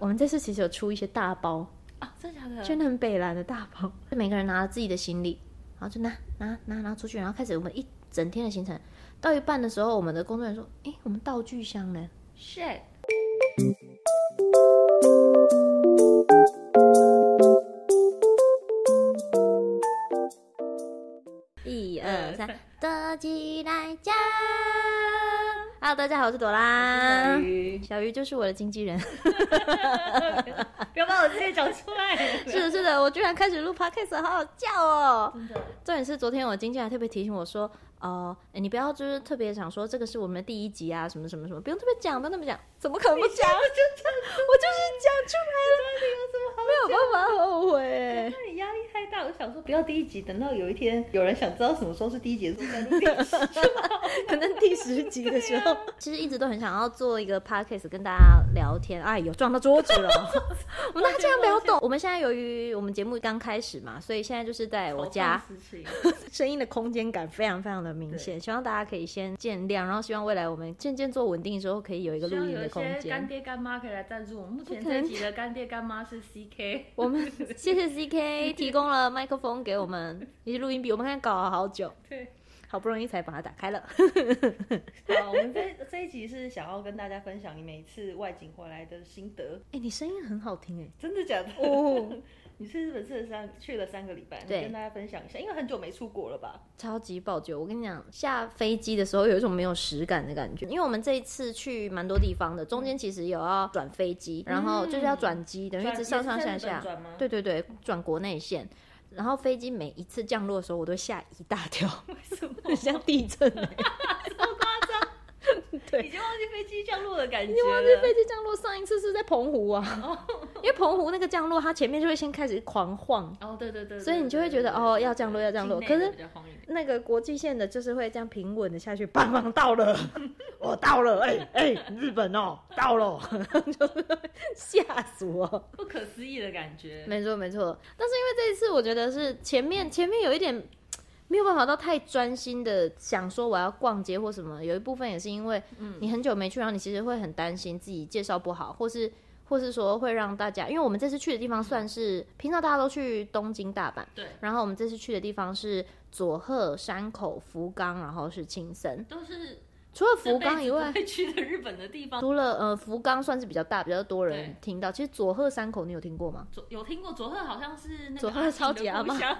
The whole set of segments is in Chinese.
我们这次其实有出一些大包，啊，真的假的？真的很北蓝的大包，嗯就每个人拿了自己的行李，然后就拿拿拿拿出去，然后开始我们一整天的行程。到一半的时候，我们的工作人员说：“诶，我们道具箱呢？ shit，一二二三三，躲起来讲。Hello，大家好，我是朵拉。 鱼，小鱼就是我的经纪 人。不要把我自己讲出来。是的，是的，我居然开始录 podcast，了好好笑哦。真的，重点是昨天我经纪人还特别提醒我说，呃，你不要就是特别想说这个是我们的第一集啊，什么什么什么，不用特别讲，不用特别讲，怎么可能不讲？我就这样，我就是讲出来了，没有办法后悔欸。那你压力太大。我想说，不要第一集，等到有一天有人想知道什么时候是第一集的时候再录第一集。可能第十集的时候，对啊其实一直都很想要做一个 podcast 跟大家聊天。哎，有撞到桌子 了，我们大家不要动。我们现在由于我们节目刚开始嘛，所以现在就是在我家，事情，声音的空间感非常非常的明显。希望大家可以先见谅，然后希望未来我们渐渐做稳定之后，可以有一个希录望音有的一空些干间。爹干妈可以来赞助我。目前这一集的干爹干妈是 CK，我 们谢谢 CK 提供了麦克风给我们，以及录音笔，我们看搞了好久，对。好不容易才把它打开 了。好，我们这这一集是想要跟大家分享你每次外景回来的心得，哎、你声音很好听哎、真的假的？哦， 你是日本去了三去了三个礼拜，对你跟大家分享一下，因为很久没出国了吧？超级爆酒！我跟你讲，下飞机的时候有一种没有实感的感觉，因为我们这一次去蛮多地方的，中嗯间其实有要转飞机，然后就是要转机，等于一直上上下也是在下日本，嗯转吗？对对对，转国内线。然后飞机每一次降落的时候，我都吓一大跳， 为 什么？很像地震、欸。对已经忘记飞机降落的感觉你忘记了。飞机降落上一次是在澎湖啊？因为澎湖那个降落，它前面就会先开始狂晃，哦，对对对，对所以你就会觉得对对哦对要降落要降落境内的可是比较慌一点那个国际线的，就是会这样平稳的下去，棒棒到了， 我到了，哎、哎、日本哦，到了， 就是吓死我。不可思议的感觉。没错没错，但是因为这一次我觉得是前面前面有一点没有办法到太专心的想说我要逛街或什么，有一部分也是因为嗯你很久没去，然后你其实会很担心自己介绍不好，或是或是说会让大家，因为我们这次去的地方算是平常大家都去东京、大阪，对，然后我们这次去的地方是佐贺、山口、福冈，然后是青森，都是除了这福辈子冈以外不。会去的日本的地方。除了呃福冈算是比较大，比较多人对听到。其实佐贺山口你有听过吗？佐有听过佐贺好像是那个佐贺阿信的超级阿故嬷乡，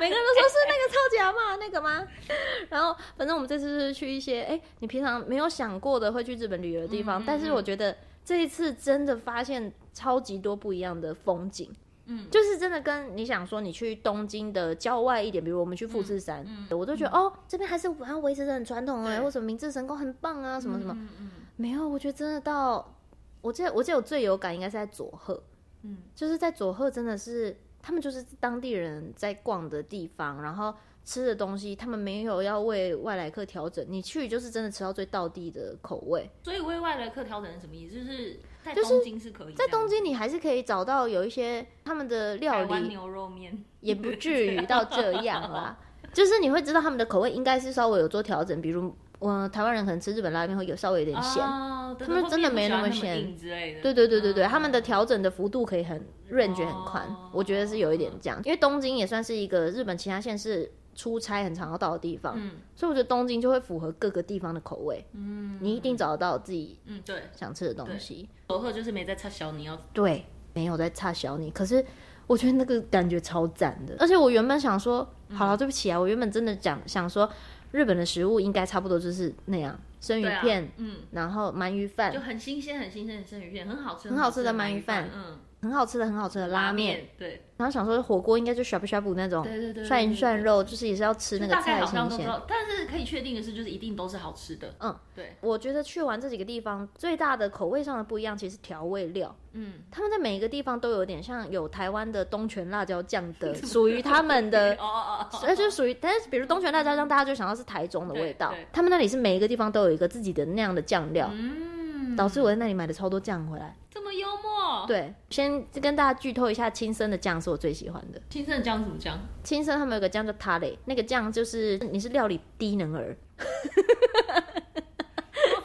每个人都说是那个超级阿嬷那个吗？ 然后反正我们这次是去一些哎、诶你平常没有想过的会去日本旅游的地方，嗯嗯但是我觉得这一次真的发现超级多不一样的风景。嗯就是真的跟你想说，你去东京的郊外一点，比如我们去富士山，嗯我都觉得、哦，这边还是好像维持的很传统哎、对或什么明治神宫很棒啊，什么什么、 嗯嗯没有。我觉得真的到，我记得我记得我最有感应该是在佐贺，嗯，就是在佐贺真的是他们就是当地人在逛的地方，然后吃的东西他们没有要为外来客调整，你去就是真的吃到最道地的口味。所以为外来客调整是什么意思？就是在就是东京是可以这在样，东京你还是可以找到有一些他们的料台湾理，牛肉面也不至于到这样 啦。就是你会知道他们的口味应该是稍微有做调整，比如我、呃台湾人可能吃日本拉面会有稍微有点咸。哦、对他们真的没那么么咸之类的。对对对对对，嗯他们的调整的幅度可以很 range 很宽，哦我觉得是有一点这样，因为东京也算是一个日本其他县市出差很常要到的地方，嗯所以我觉得东京就会符合各个地方的口味，嗯你一定找得到自己嗯对，想吃的东西。佐贺就是没在插小你要对，没有在差小你，可是我觉得那个感觉超赞嗯的，而且我原本想说，好了，对不起啊，我原本真的讲想说，日本的食物应该差不多就是那样，生鱼对啊片，嗯，然后鳗鱼饭就，很新鲜很新鲜的生鱼片，很好吃很好吃的鳗鳗鱼饭嗯，很好吃的很好吃的拉面。，对然后想说火锅应该就 shabu shabu 那种对对对，涮一对涮，肉，就是也是要吃对那对个大概菜好新像都知鲜。道，但是可以确定的是，就是一定都是好吃的。嗯，对，我觉得去完这几个地方，最大的口味上的不一样，其实是调味料。嗯，他们在每一个地方都有点像有台湾的东泉辣椒酱 的，属于他们的哦，哦哦，那就属于。但是比如东泉辣椒酱，大家就想到是台中的味道对对，他们那里是每一个地方都有一个自己的那样的酱料，嗯，导致我在那里买的超多酱回来。这么幽默。，对，先跟大家剧透一下，亲生的酱是我最喜欢的。青盛姜怎么 姜？亲生他们有个酱叫塔雷，那个酱就是你是料理低能儿，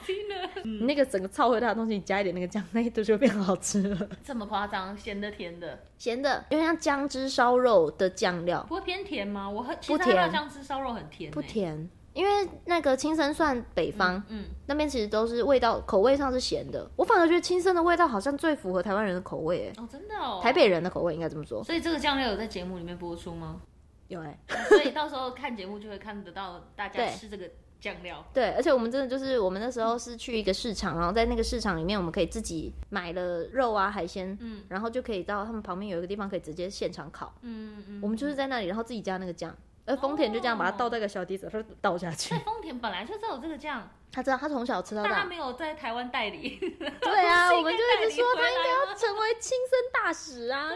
听了，你那个整个超回大的东西，你加一点那个酱，那一堆就变好吃了。 这么夸张，咸的甜的，咸的有点像姜汁烧肉的酱料，不会偏甜吗？我喝其不他甜辣酱汁烧肉很甜、欸，不。甜，因为那个青森算北方，嗯，那边其实都是味道口味上是咸的，我反而觉得青森的味道好像最符合台湾人的口味，哎，哦，真的哦。台。北人的口味应该这么说。所以这个酱料有在节目里面播出 吗？有哎，所以到时候看节目就会看得到大家对吃这个酱料。对，而且我们真的就是我们那时候是去一个市场，然后在那个市场里面，我们可以自己买了肉啊海鲜，嗯然后就可以到他们旁边有一个地方可以直接现场烤，嗯嗯。我们就是在那里，然后自己加那个酱。而丰田就这样把它倒在个小碟子，它倒下去在。丰田本来就只有这个酱， 他知道他从小吃到但他大，没有在台湾代理。嗯对啊， 不是我们就一直说他应该要成为亲生大使啊，因为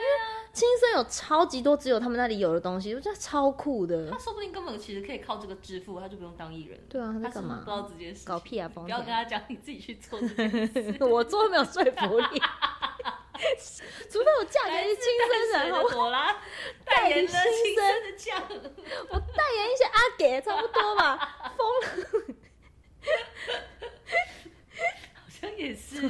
亲生有超级多只有他们那里有的东西，我觉得超酷的他。说不定根本其实可以靠这个致富，他就不用当艺人了。对啊，他他在是干不是嘛不？知道这件事情，搞屁啊，丰不要跟田！他讲，你自己去做这件事。 我做没有说服力，除非我嫁来给自一亲生淡人，哦好水不的好朵拉 代言了亲生的酱，我代言一些阿给差不多 吧，疯了。好像 也是。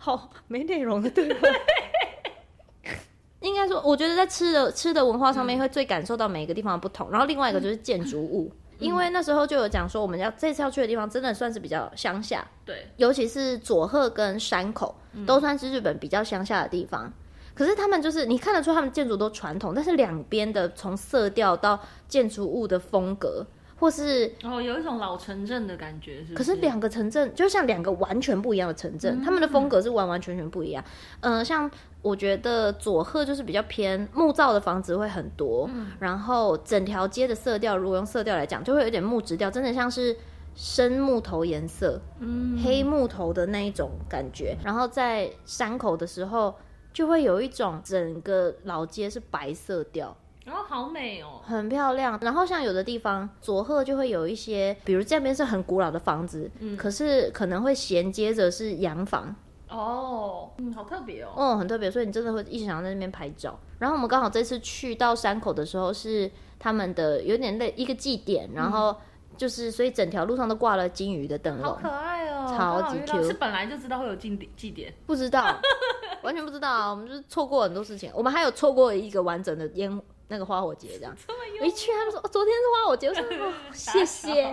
好没内容的对话。 应该说，我觉得在吃的吃的文化上面会最感受到每一个地方的不同。然后另外一个就是建筑物，因为那时候就有讲说，我们要这次要去的地方真的算是比较乡下，对，尤其是佐贺跟山口，都算是日本比较乡下的地方。可是他们就是你看得出他们建筑都传统，但是两边的从色调到建筑物的风格，或是然后哦有一种老城镇的感觉，是不可是是两个城镇就像两个完全不一样的城镇，他们的风格是完完全全不一样。嗯、像我觉得佐贺就是比较偏木造的房子会很多，然后整条街的色调，如果用色调来讲，就会有点木质调，真的像是深木头颜色，嗯黑木头的那一种感觉。然后在山口的时候，就会有一种整个老街是白色调。然后好美哦，很漂亮。然后像有的地方，佐贺就会有一些，比如这边是很古老的房子，嗯可是可能会衔接着是洋房，哦，嗯，好特别哦，哦，很特别，所以你真的会一直想要在那边拍照。然后我们刚好这次去到山口的时候，是他们的有点类一个祭典，嗯然后就是所以整条路上都挂了金鱼的灯好笼，可爱哦，超级刚好遇到 cute 是本来就知道会有祭典祭典，不知道， 完全不知道啊，我们就是错过很多事情，我们还有错过一个完整的烟那个花火节这样。这么我一去他就说、哦、昨天是花火节，我说、 哦、谢谢，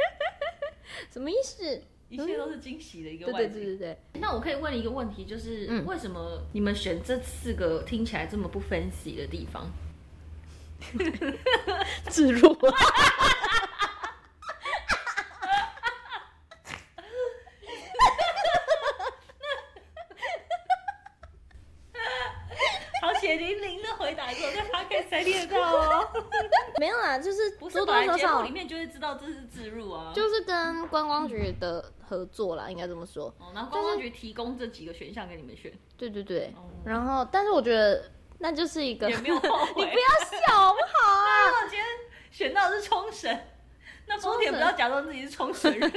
什么意思？一切都是惊喜的一个对外对景。对对对，那我可以问你一个问题，就是、嗯为什么你们选这四个听起来这么不 fancy 的地方？自入。好血淋淋的回答，只有在 podcast 才听得到哦。 没有啦，就是不多是多本来少节目里少面就会知道这是自入啊。就是跟观光局的合作啦，应该这么说。哦，然后观光局提供这几个选项给你 们选，对对对哦，然后但是我觉得那就是一个，也没有后悔。你不要笑好不好啊？那我今天选到的是冲绳，那丰田冲绳不要假装自己是冲绳 人。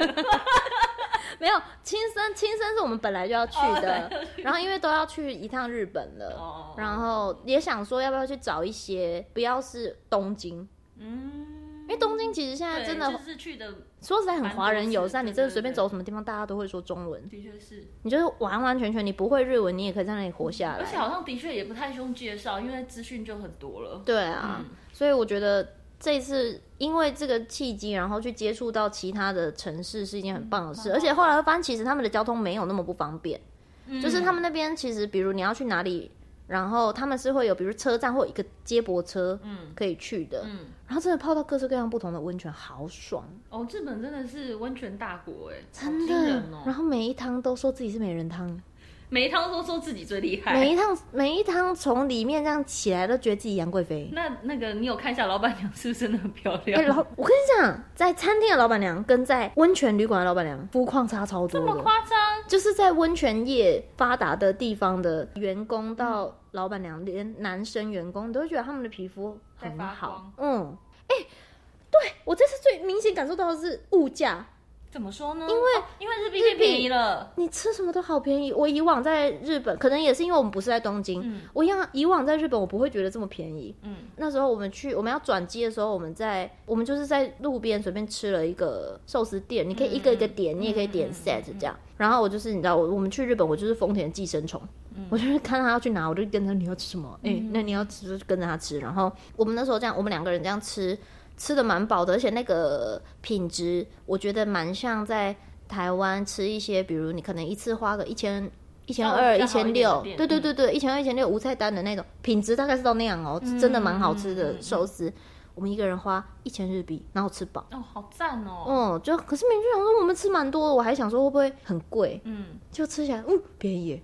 没有亲生亲生是我们本来就要去哦的，然后因为都要去一趟日本了，哦，然后也想说要不要去找一些不要是东京，嗯，因为东京其实现在对真的就是去的，说实在很华人友善，蛮多次你真的对对随便对走什么地方，大家都会说中文。的确是，你就是完完全全你不会日文，你也可以在那里活下而且来。好像的确也不太用介绍，因为资讯就很多了。对啊，嗯所以我觉得这一次因为这个契机，然后去接触到其他的城市是一件很棒的事。嗯而且后来会发现，其实他们的交通没有那么不方便，嗯就是他们那边其实比如你要去哪里。然后他们是会有，比如车站或一个接驳车，嗯，可以去的，嗯然后真的泡到各式各样不同的温泉，好爽，哦，日本真的是温泉大国哎，真好惊的人。然哦！后每一汤都说自己是美人汤，每一趟都说自己最厉害。每一趟每一趟从里面这样起来，都觉得自己杨贵妃。那那个，你有看一下老板娘是不是真的很漂哎、亮？老，我跟你讲，在餐厅的老板娘跟在温泉旅馆的老板娘肤况差超这多么的，夸张？就是在温泉业发达的地方的员工到老板娘，连男生员工你都会觉得他们的皮肤很在发好光。嗯，哎、对我这次最明显感受到的是物价，怎么说呢？因为、因为日币变便宜了，你吃什么都好便宜。我以往在日本，可能也是因为我们不是在东京，我一样以往在日本，我不会觉得这么便宜。嗯，那时候我们去，我们要转机的时候，我们在我们就是在路边随便吃了一个寿司店，你可以一个一个点，你也可以嗯点 set 这样。然后我就是你知道，我我们去日本，我就是丰田寄生虫，我就是看他要去哪，我就跟他你要吃什么，哎、嗯那你要吃就跟着他吃。然后我们那时候这样，我们两个人这样吃，吃的蛮饱的，而且那个品质我觉得蛮像在台湾吃一些，比如你可能一次花个一千。一千稍二、微一比较好千一点六的，店对对嗯对对，一千二、一千六无菜单的那种，品质大概是到那样哦，真的蛮好吃嗯嗯的嗯寿司。我们一个人花一千日币，然后吃饱。哦，好赞哦，哦、就可是明就想说我们吃蛮多的，我还想说会不会很贵，嗯，就吃起来嗯便宜耶，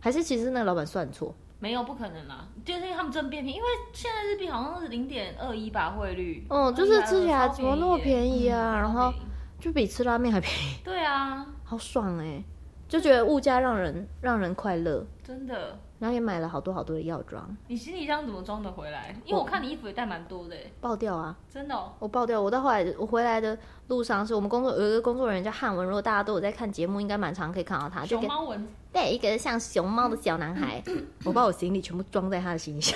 还是其实那个老板算错，没有不可能啦，就是因为他们真变便宜，因为现在日币好像是零点二一吧汇率，哦就是吃起来超怎么那么便宜啊嗯然后超便宜就比吃拉面还便宜， 对啊，好爽哎，就觉得物价让人让人快乐，真的，然后也买了好多好多的药妆，你行李箱怎么装得回来？因为我看你衣服也带蛮多的欸，爆掉啊。真的哦，我爆掉！我到后来我回来的路上，是我们工作有一个工作人员叫汉文，如果大家都有在看节目，应该蛮常可以看到他，就熊给猫纹对一个像熊猫的小男孩，嗯我把我行李全部装在他的行李箱。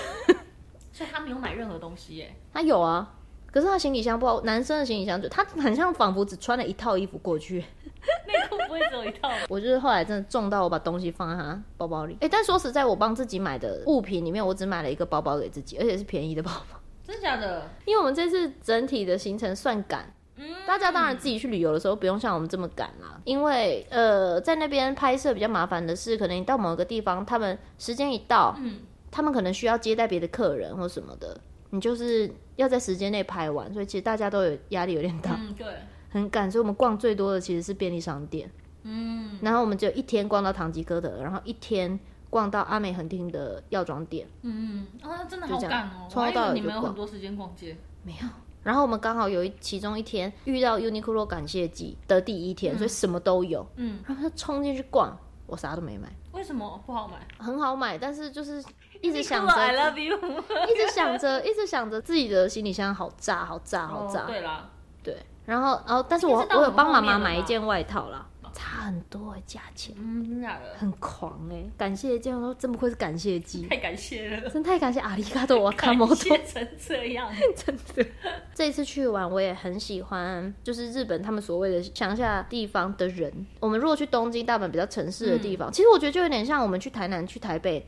所以他没有买任何东西耶。 他有啊，可是他行李箱不好，男生的行李箱就他很像仿佛只穿了一套衣服过去。 内裤不会只有一套吧？我就是后来真的重到我把东西放在他包包里。哎、但说实在，我帮自己买的物品里面，我只买了一个包包给自己，而且是便宜的包包。真假的？ 因为我们这次整体的行程算赶，嗯，大家当然自己去旅游的时候不用像我们这么赶啦，因为呃，在那边拍摄比较麻烦的是，可能你到某个地方，他们时间一到，嗯，他们可能需要接待别的客人或什么的，你就是要在时间内拍完，所以其实大家都有压力有点大，嗯，对，很赶。所以我们逛最多的其实是便利商店，嗯然后我们只有一天逛到堂吉诃德，然后一天逛到阿美横町的药妆店。嗯，啊，真的好就这样赶哦！我从还头以到为尾你们就有逛很多时间逛街。然后我们刚好有一其中一天遇到 Uniqlo 感谢季的第一天，所以什么都有。嗯，然后就冲进去逛，我啥都没买，为什么哦不好买？很好买，但是就是一直你想 哭了 I 着， love you。一直想着，一直想着自己的行李箱好炸，好炸，好炸，哦 对啦，对。然后，然后，但是我应该是到我有很帮后妈面妈了买一吧件外套啦，差很多欸价钱，嗯，真假的？很狂哎、感谢这样说，真不愧是感谢季，太感谢 了，真太感谢阿里嘎多瓦卡摩感多。谢成这样。这一次去玩，我也很喜欢，就是日本他们所谓的乡下地方的人。我们如果去东京、大阪比较城市的嗯地方，其实我觉得就有点像我们去台南、去台北，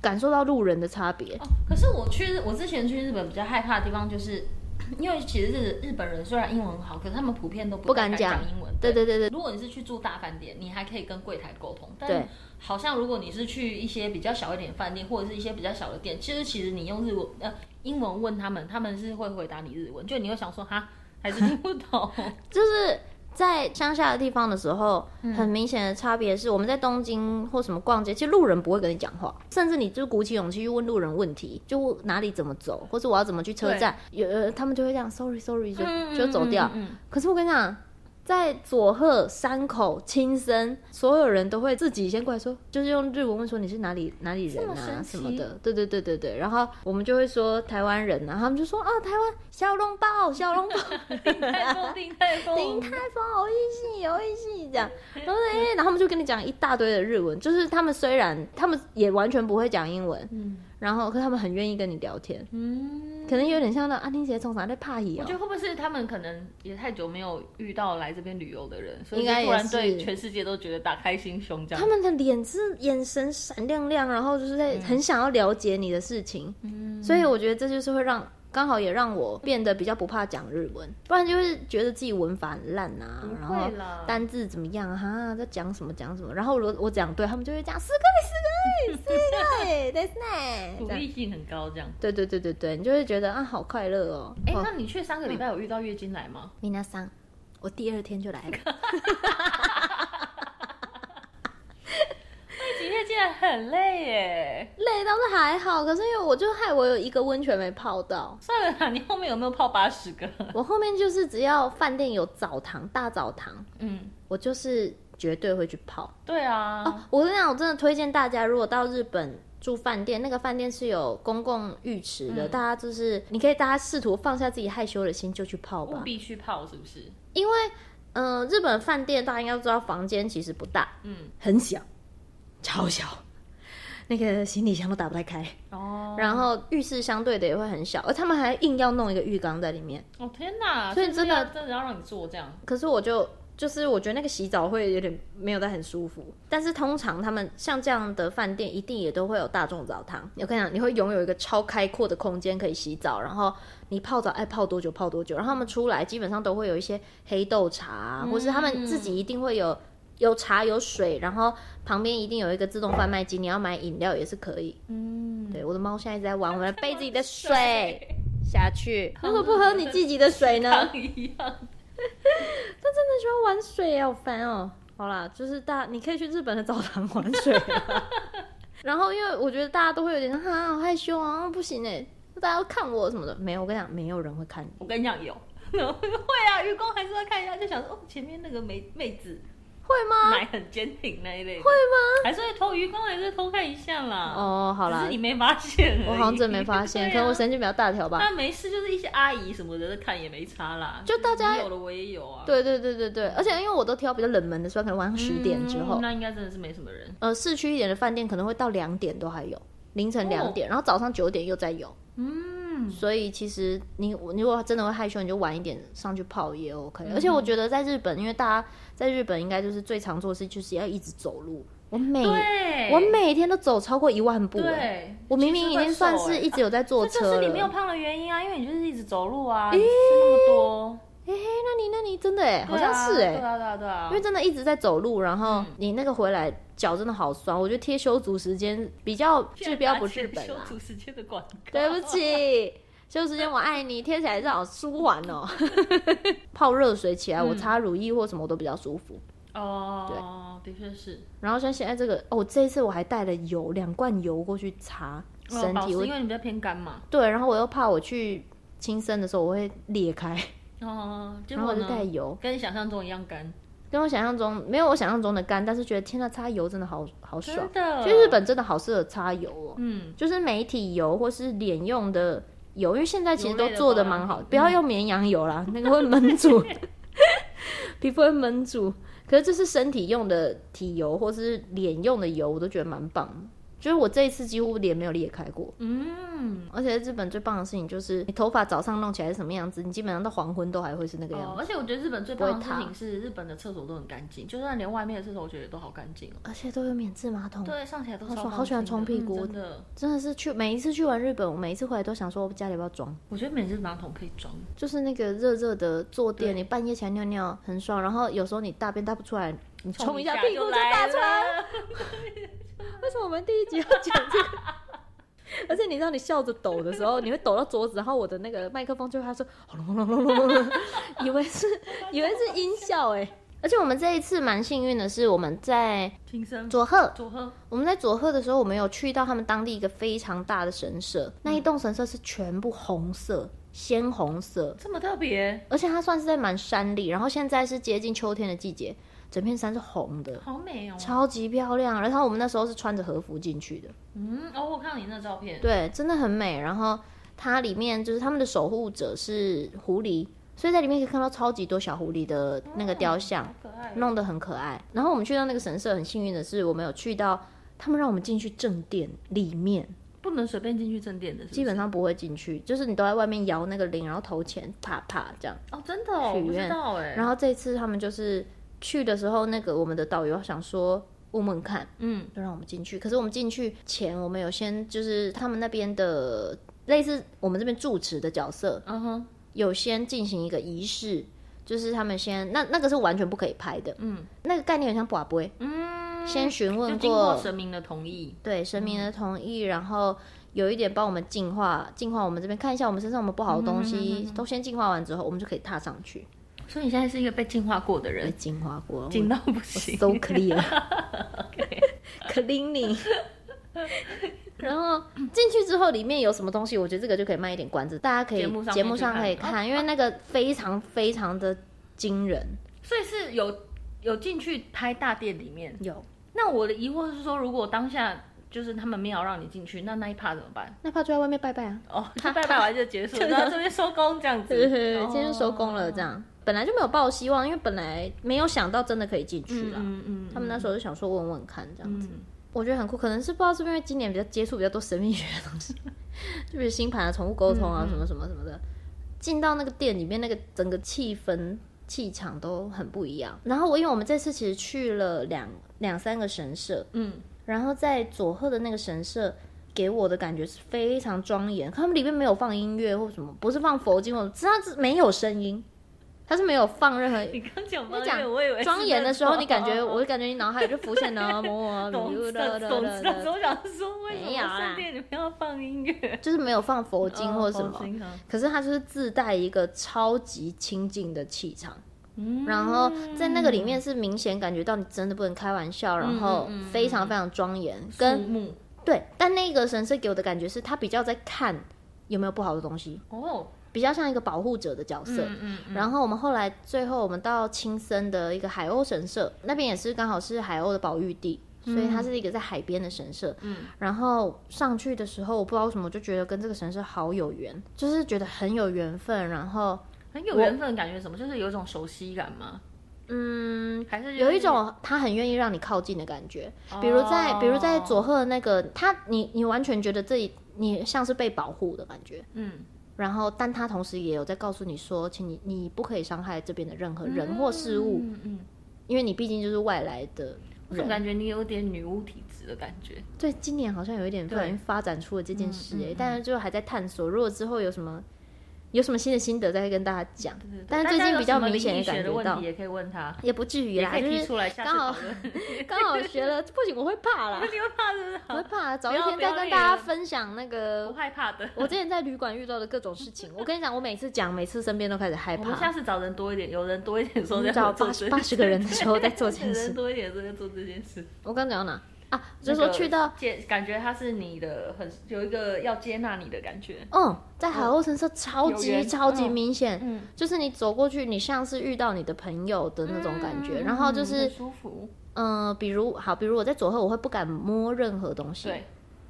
感受到路人的差别。哦，可是我去我之前去日本比较害怕的地方就是。 因为其实日日本人虽然英文很好，可是他们普遍都不不太敢敢讲英文。对对对对，如果你是去住大饭店，你还可以跟柜台沟通，对但好像如果你是去一些比较小一点的饭店或者是一些比较小的店，其实其实你用日文呃英文问他们，他们是会回答你日文，就你会想说哈还是听不 懂，就是在乡下的地方的时候，嗯很明显的差别是，我们在东京或什么逛街，其实路人不会跟你讲话，甚至你就鼓起勇气去问路人问题，就哪里怎么走，或者我要怎么去车站，有呃他们就会这样 sorry sorry 就就走掉。嗯嗯嗯可是我跟你讲，在佐贺、山口、青森，所有人都会自己先过来说，就是用日文问说你是哪里哪里人这么神啊奇什么的。对对对对对，然后我们就会说台湾人啊，他们就说啊台湾小笼包小笼 包，嗯太丰丁太丰，林太丰好意思好意思这样，然后哎、然后他们就跟你讲一大堆的日文，就是他们虽然他们也完全不会讲英文，嗯然后可他们很愿意跟你聊天。嗯，可能有点像那安妮姐从啥在怕你我哦觉，得会不会是他们可能也太久没有遇到来这边旅游的人，所以应该就突也然是对全世界都觉得打开心胸这样。他们的脸是眼神闪亮亮，然后就是在很想要了解你的事情，嗯所以我觉得这就是会让刚好也让我变得比较不怕讲日文，不然就会觉得自己文法很烂啊不，然会后啦单字怎么样啊哈，在讲什么讲什么，然后我我讲对，他们就会讲すごいすごいすごいですね，鼓这样励性很高这样。对对对对对，你就会觉得啊好快乐哦。哎、哦那你去三个礼拜有遇到月经来吗？米娜桑，我第二天就来了。几天竟然很累耶！ 累倒是还好，可是因为我就害我有一个温泉没泡到，算了啦，你后面有没有泡八十个？我后面就是只要饭店有澡堂、大澡堂，嗯，我就是绝对会去泡。哦对啊，我跟你讲，我真的推荐大家，如果到日本住饭店，那个饭店是有公共浴池的，嗯大家就是你可以大家试图放下自己害羞的心就去泡务吧，必去泡是不是？因为。嗯、日本饭店大家应该都知道，房间其实不大，嗯，很小，超小，那个行李箱都打不太开。哦，然后浴室相对的也会很小，而他们还硬要弄一个浴缸在里面。哦天哪，所以是不是真的要真的要让你做这样，可是我就就是我觉得那个洗澡会有点没有到很舒服。但是通常他们像这样的饭店，一定也都会有大众澡堂。我跟你讲，你会拥有一个超开阔的空间可以洗澡，然后你泡澡爱泡多久泡多久。然后他们出来基本上都会有一些黑豆茶啊、或是他们自己一定会有。有茶有水，然后旁边一定有一个自动贩卖机，你要买饮料也是可以。嗯，对，我的猫现在一直在玩 我们杯子里的水。下去。如果不喝你自己的水呢？像一样，很喜欢玩水啊，好烦哦。好啦，就是大你可以去日本的澡堂玩水 啊。然后因为我觉得大家都会有点啊，好害羞啊，不行哎，大家都看我什么的。没有，我跟你讲，没有人会看你。 我跟你讲有， 会啊，愚公还是会看一下，就想说哦，前面那个妹妹子会吗？奶很坚挺那一类，会吗？还是会偷愚公，还是偷看一下啦，，哦，好只啦是你，没发现而已，我好像真没发现，可 对啊能我神经比较大条吧。但没事，就是一些阿姨什么的在看也没差啦，就大家你有了我也有啊，对对对对对，而且因为我都挑比较冷门的，所以可能晚上嗯，十点之后，那应该真的是没什么人，呃，市区一点的饭店可能会到两点都还有，凌晨两哦点，然后早上九点又再有。嗯，所以其实你你如果真的会害羞，你就晚一点上去泡也 OK。而且我觉得在日本，因为大家在日本应该就是最常做的事就是要一直走路。我每对，我每天都走超过一万步、欸，对，我明明已经算其实会是瘦一直有在坐这车就了。是你没有胖的原因啊，因为你就是一直走路啊，你吃那么多，哎、那你那你真的哎、好对啊像是哎、对啊对啊对啊，因为真的一直在走路，然后你那个回来脚真的好酸。我觉得贴修足时间比较治标不治本修啊。足时间的广告， 对不起，休时间我爱你，贴起来是好舒缓哦。 泡热水起嗯来，我擦乳液或什么我都比较舒服。哦，的确是，然后像现在这个，哦，这一次我还带了油，两罐油过去擦哦身保体，湿我因为你比较偏干嘛，对，然后我又怕我去亲生的时候我会裂开，哦，结然后我果就带呢，油，跟你想象中一样干，跟我想象中没有我想象中的干，但是觉得天呐，擦油真的好好爽真。的，其实日，本真的好适合擦油哦，嗯，就是媒体油或是脸用的油，因为现在其实油都类的嗯做的保养蛮好，品不要用绵羊油啦，那个会闷住，皮肤会闷住。可是这是身体用的体油或是脸用的油，我都觉得蛮棒的。就是我这一次几乎脸没有裂开过，嗯。而且日本最棒的事情就是你头发早上弄起来是什么样子，你基本上到黄昏都还会是那个样哦子，，而且我觉得日本最棒的啊不事会塌情是，日本的厕所都很干净，就算连外面的厕所，我觉得都好干净哦。而且都有免治马桶。对，上起来都嗯好超爽干好喜欢净的冲屁股嗯真的。真的是去每一次去完日本，我每一次回来都想说，我家里要不要装？我觉得免治马桶可以装，就是那个热热的坐垫，你半夜起来尿尿很爽，然后有时候你大便大不出来，你冲一下屁股就大出来。来了。为什么我们第一集要讲这个？ 而且你知道，你笑着抖的时候，你会抖到桌子，然后我的那个麦克风就会它说轰隆隆隆隆隆隆，以为 是以为是音效哎、而且我们这一次蛮幸运的是，我们在听声佐贺，佐贺我们在佐贺的时候，我们有去到他们当地一个非常大的神社，那一栋神社是全部红色，鲜红色，这么特别，而且它算是在蛮山里，然后现在是接近秋天的季节，整片山是红的，好美哦。超级漂亮。然后我们那时候是穿着和服进去的，嗯，哦，我看到你那照片，对，真的很美。然后它里面就是他们的守护者是狐狸，所以在里面可以看到超级多小狐狸的那个雕像好，可爱哦。弄得很可爱。然后我们去到那个神社，很幸运的是，我们有去到他们让我们进去正殿里面，不能随便进去正殿的，是不是基本上不会进去，就是你都在外面摇那个铃，然后投钱，啪啪这样。哦，真的哦，我不知道哎。然后这次他们就是去的时候，那个我们的导游想说问问看，嗯，就让我们进去。可是我们进去前，我们有先就是他们那边的类似我们这边住持的角色，嗯哼，有先进行一个仪式，就是他们先那那个是完全不可以拍的，嗯那个概念很像卜龟，嗯，先询就问经过嗯神明的同意，对神明的同意，然后有一点帮我们净化净化我们这边，看一下我们身上有没有不好的东嗯哼西，哼哼哼都先净化完之后，我们就可以踏上去。所以你现在是一个被净化过的被人，净化过， 我净到不行。 so clear 。cleaning。然后进去之后，里面有什么东西？我觉得这个就可以卖一点关子，大家可以节目上节目上可以可以去看看，因为那个非常非常的惊人。 所以是有有进去拍大殿里面。有那我的疑惑是说，如果当下就是他们没有让你进去，那那一趴怎么办？那怕就在外面拜拜啊， 哦，就拜拜完就结束，然后这边收工这样子，今天就收工了，这样。本来就没有抱希望，因为本来没有想到真的可以进去啦。嗯嗯，他们那时候候就想说问问看这样子，嗯我觉得很酷。可能是不知道是不是因为今年比较接触比较多神秘学的东西， 就比如星盘啊、宠物沟通啊、嗯嗯什么什么什么的，进到那个店里面，那个整个气氛、气场都很不一样。然后我因为我们这次其实去了两两三个神社，嗯，然后在佐贺的那个神社。给我的感觉是非常庄严，他们里面没有放音乐或什么，不是放佛经，我知道是没有声音，它是没有放任何你刚讲我方讲言，我以为是庄严的时那哦候，种你感觉，我就感觉你脑海就浮现哦南无阿弥懂陀事佛懂事的时的，候想说，为没有什么啦圣殿里面要放音乐？就是没有放佛经或者什哦么，佛经啊可是它就是自带一个超级清净的气场，嗯然后在那个里面是明显感觉到你真的不能开玩笑，然后嗯嗯嗯非常非常庄严，树跟嗯木对，但那个神社给我的感觉是，他比较在看有没有不好的东西，哦，比较像一个保护者的角色，嗯嗯然后我们后来最后我们到青森的一个海鸥神社，那边也是刚好是海鸥的保育地，所以它是一个在海边的神社。嗯，然后上去的时候，我不知道为什么我就觉得跟这个神社好有缘，就是觉得很有缘分。然后，很有缘分，感觉什么？就是有一种熟悉感吗？嗯，还是有一种他很愿意让你靠近的感觉。哦比如在，比如在佐贺那个，他你你完全觉得这里你像是被保护的感觉。嗯然后，但他同时也有在告诉你说，请你你不可以伤害这边的任何人或事物。嗯嗯，因为你毕竟就是外来的我总人。感觉你有点女巫体质的感觉。对，今年好像有一点突然发展出了这件事、嗯嗯欸，嗯但是就还在探索。如果之后有什么有什么新的心得，再跟大家讲。对对对但是最近比较明显大家感有什么灵异学的觉问到题，也可以问他， 也不至于也啦，可以就提是出来，下次刚好讨论。 刚 好学了，不仅我会怕啦，你会怕是不是？我会怕，早不一要天不再要跟脸大家分享那不个。害怕的。我之前在旅馆遇到的各种事情，我 跟你讲，我每次讲，每次身边都开始害我们下怕。次找人多一点，有人多一点的时候再找八做这十件八十个人的时候再做这 件有人事。多一点的时候再做这件事。我刚讲到哪啊？就那是说个去到接，感觉他是你的很有一个要接纳你的感觉。嗯，在海鸥神社超哦有级缘超级嗯明显，嗯，就是你走过去，你像是遇到你的朋友的那种感嗯觉。然后就是很，舒服。嗯、比如好，比如我在左后，我会不敢摸任何东西。对，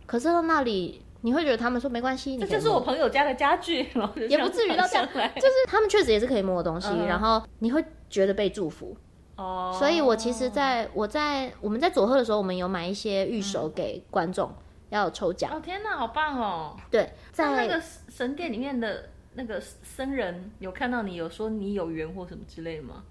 可是到那里，你会觉得他们说没关系，你这可以就是我摸。朋友家的家具， 然后就也不至于到这样上来 就是他们确实也是可以摸的东西，嗯然后你会觉得被祝福。哦。所以我其实在我在我们在佐贺的时候，我们有买一些玉手给观众、要有抽奖。哦天哪，好棒哦！对，那在那个神殿里面的那个僧人有看到你，有说你有缘或什么之类吗？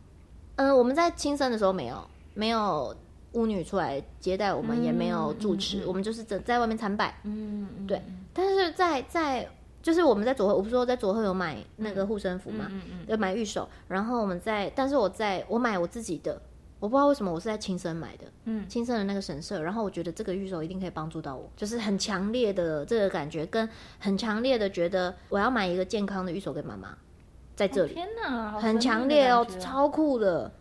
嗯、我们在亲生的时候没有没有巫女出来接待我们，也没有住持，嗯嗯我们就是在在外面参拜。嗯，对，但是在在就是我们在佐贺，我不是说在佐贺有买那个护身符嘛，嗯嗯有买玉手，然后我们在，但是我在我买我自己的，我不知道为什么我是在青森买的，嗯，青森的那个神社，然后我觉得这个玉手一定可以帮助到我，就是很强烈的这个感觉，跟很强烈的觉得我要买一个健康的玉手给妈妈，在这哦里、天哪，好很神秘的强烈哦，感觉啊超酷的。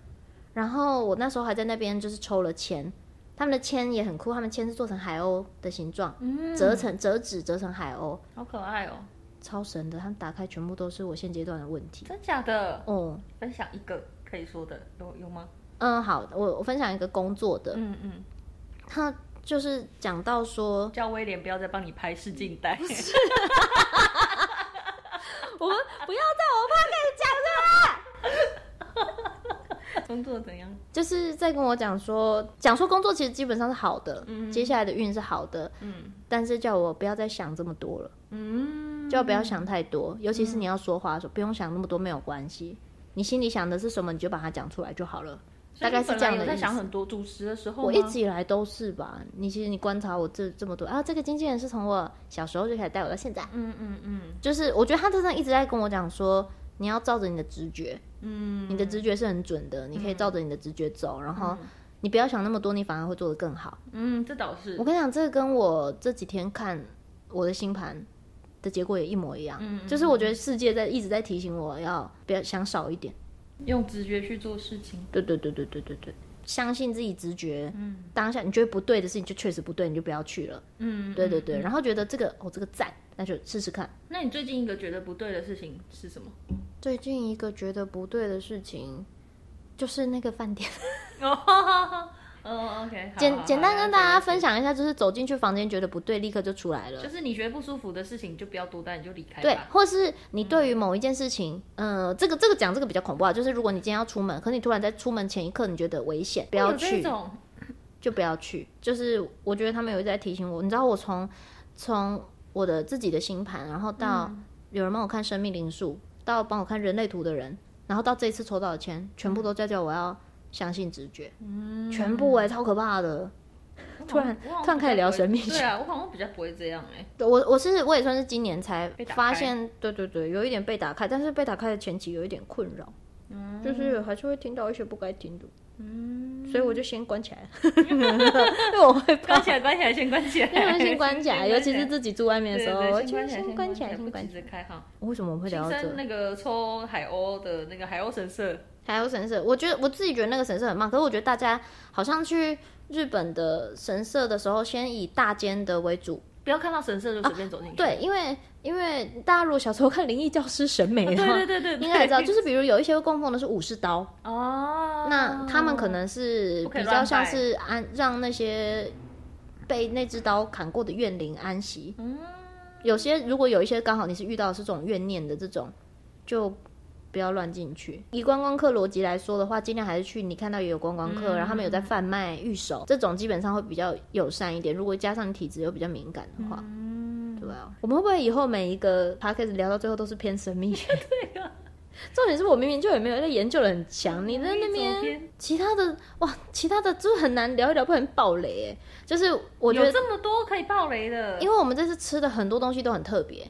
然后我那时候还在那边就是抽了签，他们的签也很酷，他们签是做成海鸥的形状，嗯折成折纸折成海鸥，好可爱哦，超神的，他们打开全部都是我现阶段的问题。真假的？哦，分享一个可以说的，有有吗？嗯，好，我我分享一个工作的，嗯嗯，他就是讲到说，叫威廉不要再帮你拍试镜带，我们不要在我怕开始讲了， 工作怎样？就是在跟我讲说，讲说工作其实基本上是好的，嗯接下来的运是好的，嗯但是叫我不要再想这么多了，嗯，叫我不要想太多，尤其是你要说话的时候，不用想那么多，没有关系，你心里想的是什么，你就把它讲出来就好了。所大以概你是嗯本这来样有的在意想思。很多主持的时候吗，我一直以来都是吧，你其实你观察我这这么多啊，这个经纪人是从我小时候就开始带我到现在，嗯嗯嗯就是我觉得他真的一直在跟我讲说，你要照着你的直觉，嗯，你的直觉是很准的，你可以照着你的直觉走，然后你不要想那么多，你反而会做得更好。嗯，这倒是我，跟你讲，这个跟我这几天看我的星盘的结果也一模一样，嗯嗯就是我觉得世界在一直在提醒我要不要想少一点。用直觉去做事情，对对对对对对对，相信自己直觉。嗯当下你觉得不对的事情就确实不对，你就不要去了。嗯，对对嗯。对，然后觉得这个哦这个赞，那就试试看。那你最近一个觉得不对的事情是 什么？最近 一个觉得不对的事情，就是那个饭店。哦，嗯，OK，好简好 简单好跟了大解家了分解享一下，就是走进去房间觉得不对，立刻就出来了就。是你觉得不舒服的事情，你就不要多待，你就离开吧。对，或是你对于某一件事情，嗯、呃，这个这个讲这个比较恐怖啊，就是如果你今天要出门，可是你突然在出门前一刻你觉得危险，不会要有这去，种 就不要去。就是我觉得他们有一直在提醒我，你知道我从从我的自己的星盘，然后到嗯有人帮我看生命灵数，到帮我看人类图的人，然后到这一次抽到的签，全嗯部都在叫我要相信直觉，嗯、全部哎、超可怕的。突然突然开始聊神秘对啊，我好像比较不会这样哎、对我我是我也算是今年才打发开现，对对对，有一点被打开，但是被打开的前期有一点困扰，嗯就是还是会听到一些不该听的，嗯，所以我就先关起 来，因为我会怕 关，起来，关起来，先关起来，因为先关起来，尤其是自己住外面的对时候，对我先就关是起先来，先关关起来，先不关急起来。着开哈。为什么我们会新聊到这生？那个抽海鸥的那个海鸥神社，还有神社，我觉得我自己觉得那个神社很棒，可是我觉得大家好像去日本的神社的时候，先以大间的为主，不要看到神社就随便走进去。啊对，因为因为大家如果小时候看《灵异教师》审美的话， 对对对 对应该也知道，就是比如有一些会供奉的是武士刀，哦，那他们可能是不可以比较像乱拜是安让那些被那只刀砍过的怨灵安息。嗯有些如果有一些刚好你是遇到的是这种怨念的这种，就不要乱进去。以观光客逻辑来说的话，尽量还是去你看到也有观光嗯客，然后他们有在贩卖玉手这种，基本上会比较友善一点。如果加上你体质又比较敏感的话，对啊，我们会不会以后每一个 podcast 聊到最后都是偏神 秘学？对啊。重点是我明明就也没有在研究的很强，你在那走边偏其他的哇，其他的就是很难聊一聊，不然爆雷哎。就是我觉有得，这么多可以爆雷的因为我们这次吃的很多东西都很特别，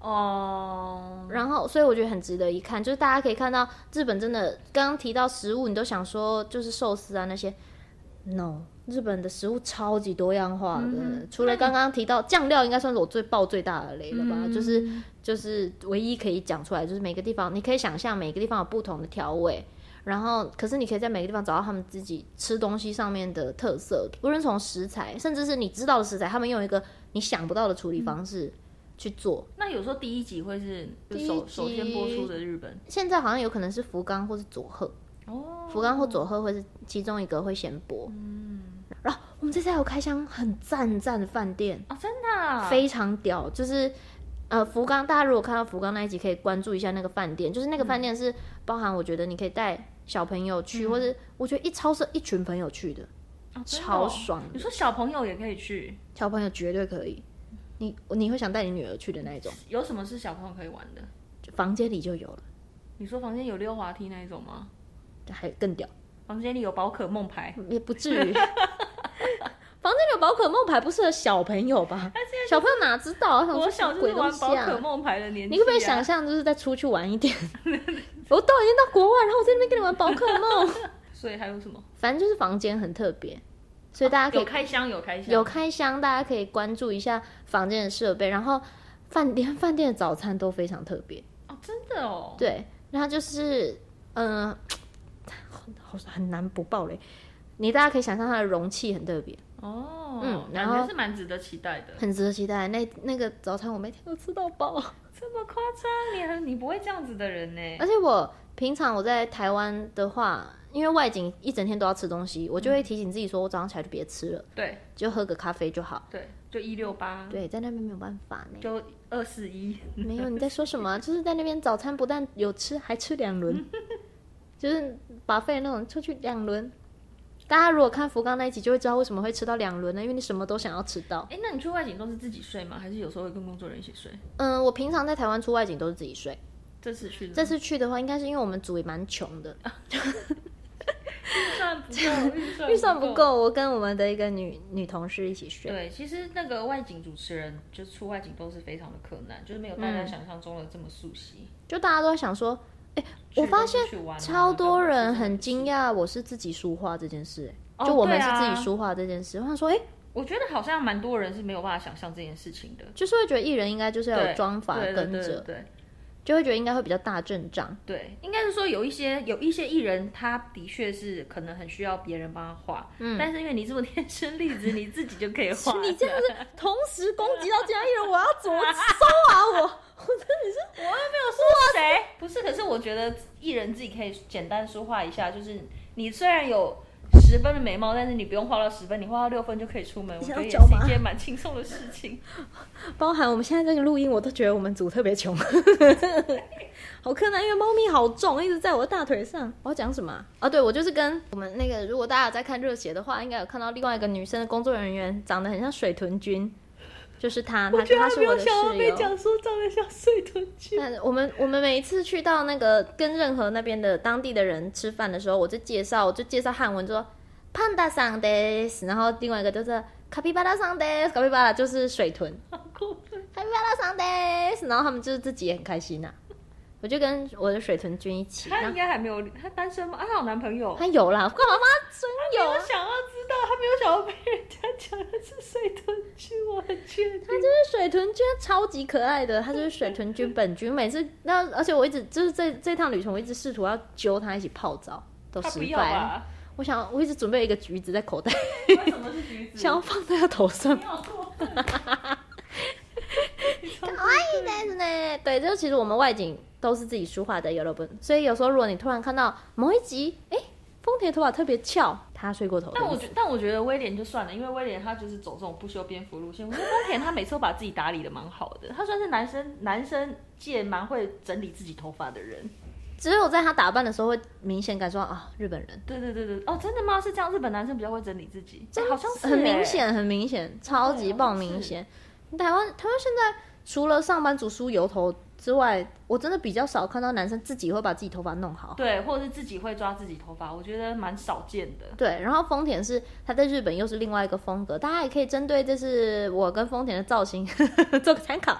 哦。然后，所以我觉得很值得一看，就是大家可以看到日本真的，刚刚提到食物，你都想说就是寿司啊那些，no，日本的食物超级多样化的，除了刚刚提到酱料，应该算是我最爆最大的雷了吧，就是就是唯一可以讲出来，就是每个地方你可以想象每个地方有不同的调味。然后，可是你可以在每个地方找到他们自己吃东西上面的特色，无论从食材，甚至是你知道的食材，他们用一个你想不到的处理方式去做。那有时候第一集会是就一首首先播集出的日本现在好像有可能是福冈或是佐贺，哦，福冈或佐贺会是其中一个会先播。嗯，然后我们这次还有开箱很赞很赞的饭店，哦，真的啊非常屌，就是。呃，福冈，大家如果看到福冈那一集，可以关注一下那个饭店，就是那嗯个饭店是包含，我觉得你可以带小朋友嗯去，或者我觉得一超市一群朋友去的，哦真的超哦爽你说小朋友也可以去，小朋友绝对可以，你你会想带你女儿去的那一种，有什么是小朋友可以玩的？就房间里就有了，你说房间有溜滑梯那一种吗？还更屌。房间里有宝可 梦牌，也不至于。房间里有宝可梦牌不适合小朋友吧？小朋友哪知道啊？想说我什小么就是鬼东玩西宝可啊！梦牌的年纪、啊，你可不可以想？象，就是再出去玩一点？ 我都已经到国外，然后我在那边跟你玩宝可梦， 所以还有什么？反正就是房间很特别，所以大家可有以开箱，啊有开箱，有开箱，大家可以关注一下房间的设备，然后饭连饭店的早餐都非常特别。哦，真的哦，对，然后就是嗯、呃好很难不爆雷。你大家可以想象它的容器很特别。哦，嗯然感后觉是蛮值得期待的。很值得期待。那那个早餐我每天都吃到饱，这么夸张，你很你不会这样子的人呢？而且我平常我在台湾的话，因为外景一整天都要吃东西，我就会提醒自己说，我早上起来就别吃了，对就喝个咖啡就好。对，就一六八，对，在那边没有办法 呢。就二四一，没有你在说什么啊？就是在那边早餐不但有吃，还吃两轮，就是把费那种出去两轮。大家如果看福冈那一集，就会知道为什么会吃到两轮呢？因为你什么都想要吃到。哎，那你去外景都是自己睡吗？还是有时候会跟工作人员一起睡？嗯，我平常在台湾出外景都是自己睡，这次去的吗，这次去的话，应该是因为我们组也蛮穷的，预算 不够，预算预算不。够，我跟我们的一个女女同事一起睡。对，其实那个外景主持人就出外景都是非常的困难，就是没有大家想象中的这么熟悉。就大家都在想说，嗯我发现啊超多人很惊惊讶。讶我是自己书画这件事、欸哦就我们对是啊自己书画这件事。我想说，哎、我觉得好像蛮多人是没有办法想象这件事情的，就是会觉得艺人应该就是要有对妆法对跟对对着，对就会觉得应该会比较大阵仗。对，应该是说有一些有一些艺人，他的确是可能很需要别人帮他画，但是因为你这么天生丽质，你自己就可 以画。嗯你这样子同时攻击到其他艺人，我要怎么收啊？我我真的是不是，可是我觉得艺人自己可以简单说话一下，就是你虽然有十分的眉毛，但是你不用画到十分，你画到六分就可以出门，我觉得也是想要教吗啊一件蛮轻松的事情。包含我们现在这个录音，我都觉得我们组特别穷， 好困难，因为猫咪好重，一直在我的大腿上。我要讲什么啊？啊对，我就是跟我们那个，如果大家有在看热血的话，应该有看到另外一个女生的工作人员，长得很像水豚君，就是她，她她是没我有的想到室被友。嗯讲说长得像水豚君，但我们我们每一次去到那个跟任何那边的当地的人吃饭的时候，我就介绍，我就介绍汉文就说 panda san des，然后另外一个就是卡皮巴拉 san des，卡皮巴拉就是水豚，好过分！卡皮巴拉 san des，然后他们就是自己也很开心呐、我就跟我的水豚君一起，他然应后该还没有，他单身吗？啊，他有男朋友。他有啦，干嘛帮他真有我啊？想要知道，他没有想要被人家讲的是水豚君，我很确定。他就是水豚君，超级可爱的，他就是水豚君本君。每次那而且我一直就是这这趟旅程，我一直试图要揪他一起泡澡，都他失不要啊败了。吧？我想，我一直准备一个橘子在口袋， 为什么是橘子？想要放在他头上。你好过分！嗯但是呢， 对，就其实我们外景都是自己书画的 yellow 所以有时候如果你突然看到某一集，哎、丰田头发特别翘，他睡过头了。但我觉但我觉得威廉就算了，因为威廉他就是走这种不修边幅路线。我觉得丰田他每次都把自己打理的蛮好的，他算是男生男生界蛮会整理自己头发的人。只有在他打扮的时候会明显感受到啊，日本人，对对对对，哦，真的吗？是这样，日本男生比较会整理自己，哎好像是、很哎明。显，很明显，超级对爆好像明是显。台湾台湾现在除了上班族梳油头之外，我真的比较少看到男生自己会把自己头发弄好。对，或者是自己会抓自己头发，我觉得蛮少见的。对，然后丰田是他在日本又是另外一个风格，大家也可以针对就是我跟丰田的造型 做个参考，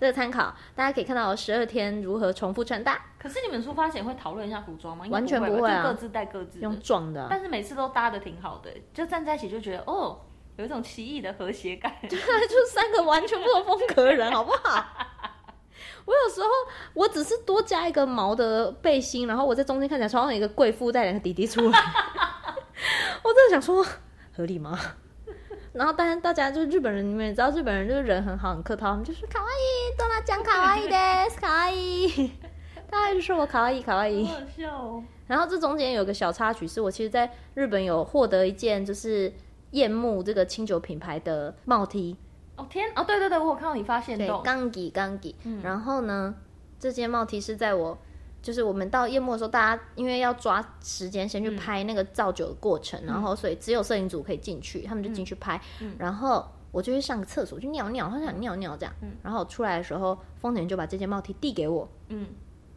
这个参考大家可以看到我十二天如何重复穿搭，可是你们出发前会讨论一下服装吗？应该完全不不吧会啊就各自带各自的。用撞的啊、但是每次都搭的挺好的，就站在一起就觉得哦，有一种奇异的和谐感。 就三个完全不同风格的人，好不好？我有时候我只是多加一个毛的背心，然后我在中间看起来穿上一个贵妇带两个弟弟出来，我真的想说合理吗？然后当然大家就是日本人，你们也知道日本人就是人很好很客套，他们就是卡哇伊，多拉讲卡哇伊的，卡哇伊，大家就说我卡哇伊卡哇伊。好好笑哦！然后这中间有个小插曲，是我其实在日本有获得一件就是燕木这个清酒品牌的帽 T，哦天哦，对对对，我有看到你发现对动，钢吉钢吉。然后呢，这件帽 T 是在我，就是我们到夜幕的时候，大家因为要抓时间先去拍那个造酒的过程，然后所以只有摄影组可以进去，他们就进去拍。然后我就去上个厕所，去尿尿，他想尿尿这样。然后我出来的时候，丰田就把这件帽 T 递给我，嗯，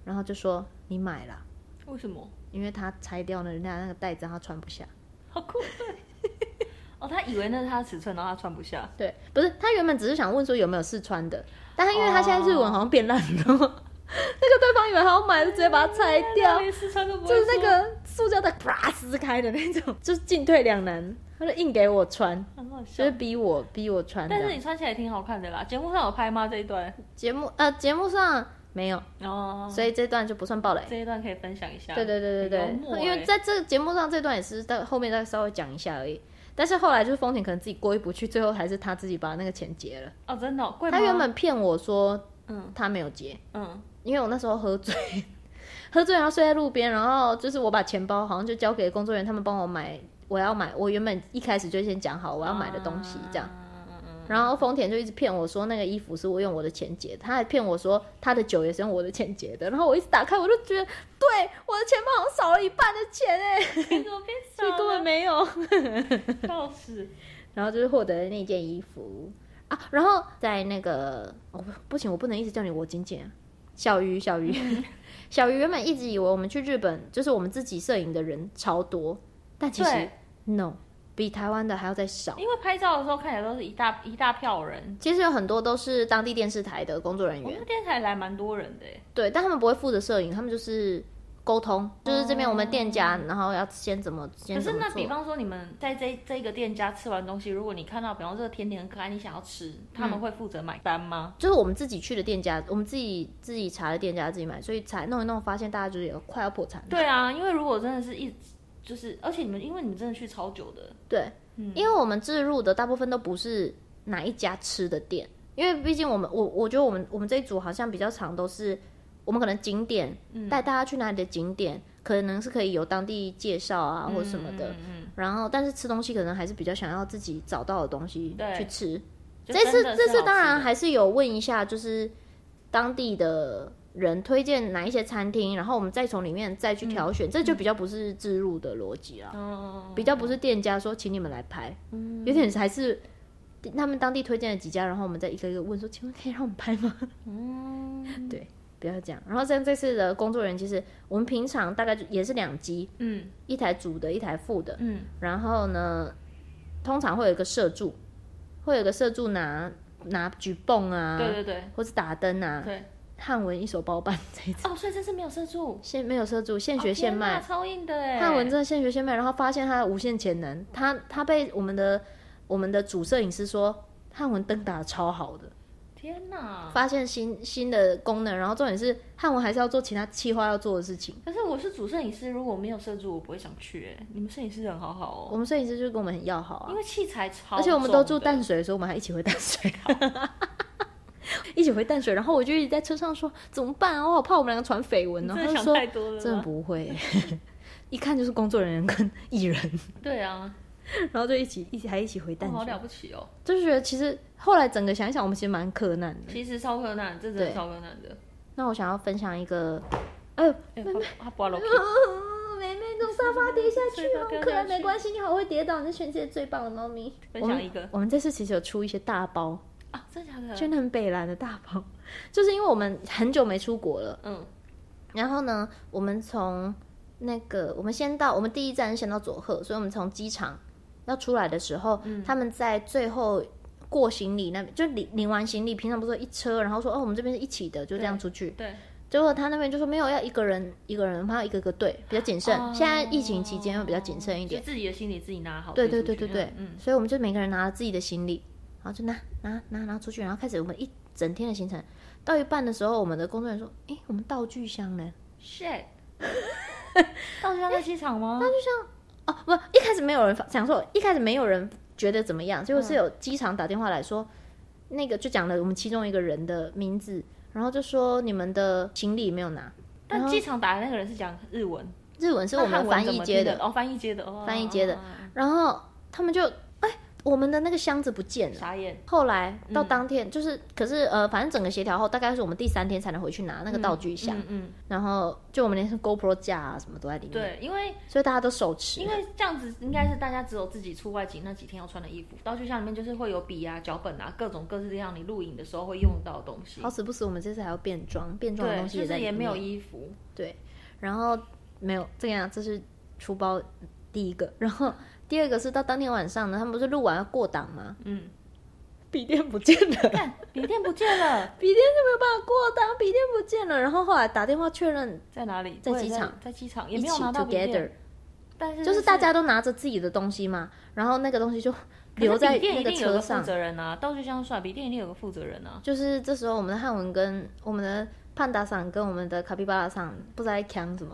然后就说你买了，为什么？因为他拆掉了人家那个袋子，他穿不下。好 过分！哦，他以为那是他的尺寸，然后他穿不下。对，不是他原本只是想问说有没有试穿的，但他因为他现在日文好像变烂了， 那哦个对方以为他要买，就直接把它拆 掉，连试穿都不会就说是那，个塑胶袋啪撕开的那种， 就是进退两难。他就硬给我穿，很好笑就是。逼我逼我穿这但样。是你穿起来挺好看的啦，节目上有拍吗？这一段节目呃节目上没有，哦，所以这段就不算暴雷。这一段可以分享一下。对对对对很幽默对，欸因为在这个节目上这段也是在后面再稍微讲一下而已。但是后来就是风景可能自己过意不去，最后还是他自己把那个钱结了。哦，真的哦贵吗？他原本骗我说嗯他没有结，嗯，因为我那时候喝醉，喝醉然后睡在路边，然后就是我把钱包好像就交给工作人员，他们帮我买我要买，我原本一开始就先讲好我要买的东西这样。嗯嗯嗯然后丰田就一直骗我说那个衣服是我用我的钱结的，他还骗我说他的酒也是用我的钱结的。然后我一直打开，我就觉得对我的钱包好像少了一半的钱哎、 嗯，你怎么变所少以了？根本没有。笑死！然后就是获得了那件衣服啊，然后在那个哦不不行，我不能一直叫你我金姐、啊，小鱼小 鱼、小鱼原本一直以为我们去日本就是我们自己摄影的人超多，但其实对 no 比台湾的还要再少。因为拍照的时候看起来都是一大一大票人，其实有很多都是当地电视台的工作人我员们，电台来蛮多人的耶，对，但他们不会负责摄影，他们就是沟通，就是这边我们店家，然后要先怎么先哦可怎是么那做。比方说你们在这这一个店家吃完东西，如果你看到比方说这个甜点很可爱，你想要吃，他们会负责买单吗？就是我们自己去的店家，我们自己自己查的店家自己买，所以才弄一弄，发现大家就是有快要破产了。对啊，因为如果真的是一就是，而且你们因为你们真的去超久的，对，嗯因为我们置入的大部分都不是哪一家吃的店，因为毕竟我们我我觉得我们我们这一组好像比较常都是我们可能景嗯点带大家去哪里的景点，可能是可以由当地介绍啊或什么的。嗯嗯然后但是吃东西可能还是比较想要自己找到的东西去吃。嗯就这次真的这次好吃当然的还是有问一下，就是当地的人推荐哪一些餐厅，然后我们再从里面再去挑选，这就比较不是置入的逻辑啦，嗯比较不是店家说请你们来拍，有点还是他们当地推荐的几家，然后我们再一个一个问说，请问可以让我们拍吗？ 嗯对，不要这样。然后像这次的工作人员，其实我们平常大概就也是两机，嗯一台主的，一台副的，嗯然后呢，通常会有一个社助，会有个社助拿拿举泵啊，嗯对对对或是打灯啊。对汉文一手包办这一次，哦，所以这次没有射住，现没有社助，现学现哦天哪卖。超硬的哎，汉文真的现学现卖，然后发现他的无限潜能，他他被我们的我们的主摄影师说。汉文灯打的超好的，天哪！发现新新的功能，然后重点是汉文还是要做其他企划要做的事情。可是我是主摄影师，如果没有摄住，我不会想去哎。你们摄影师人好好我哦，们摄影师就跟我们很要好啊因，为器材超重的，而且我们都住淡水，所以我们还一起回淡水，啊 一起回淡水。然后我就一直在车上说怎么办啊我好怕我们两个传绯闻你呢。真他的就想说太多了，真的？不会， 一看就是工作人员跟艺人， 对啊，然后就一起一起还一起回淡哦好水了，不起哦。就是觉得其实后来整个想一想，我们其实蛮困难的。其实超困难，这真的对超困难的。那我想要分享一个，哎呦，哎，他他 不要妹妹从沙发跌下去，好可爱，对没关系，你好会跌倒，你是全世界最棒的猫咪。分享一个我们我们这次其实有出一些大包，啊，真的假的？真的很北蓝的大包，就是因为我们很久没出国了，嗯然后呢，我们从那个我们先到我们第一站是先到佐贺，所以我们从机场要出来的时候，嗯他们在最后过行李那边就领领完行李，平常不是一车，然后说哦我们这边是一起的，就这样出去。对，结果他那边就说没有要一个人一个人，怕一个个队比较谨慎。哦现在疫情期间会比较谨慎一点就。自己的心理自己拿好。对自己对出对去对对，嗯，所以我们就每个人拿了自己的行李，然后就拿拿拿拿出去，然后开始我们一整天的行程。到一半的时候，我们的工作人员说：“诶，我们道具箱呢 shit，到底要在机场吗？？”哦，不，一开始没有人发讲说，一开始没有人觉得怎么嗯样，结果是有机场打电话来说，那个就讲了我们其中一个人的名字，然后就说你们的行李没有拿，但机场打的那个人是讲日文，日文是那啊我们汉文翻怎译么接听的，哦，翻译接的，哦，翻译接的哦哦然后他们就哎，我们的那个箱子不见了。傻眼，后来到当嗯天，就是可是呃，反正整个协调后，大概是我们第三天才能回去拿那个道具箱，嗯嗯，然后就我们连 GoPro 架啊什么都在里面，对，因为所以大家都手持因。为这样子应该是大家只有自己出外景那几天要穿的衣服，道具箱里面就是会有笔啊、脚本啊，各种各式各样你录影的时候会用到的东西好。死不死，我们这次还要变装，变装的对，东西就在是里面。也没有衣服，对，然后没有这个样，这是出包第一个，然后第二个是到当天晚上呢，他们不是录完要过档吗？嗯，笔电不见了。看笔电不见了，笔电就没有办法过档，笔电不见了。然后后来打电话确认，在哪里？在我也机场，在机场也一没起有拿到笔电 together，但是就是大家都拿着自己的东西嘛，然后那个东西就留在可是笔电那一个定有车个负上。责人啊，道具箱帅，笔电一定有个负责人啊。就是这时候，我们的汉文跟我们的胖达桑跟我们的卡皮巴拉桑不知道在扛什么。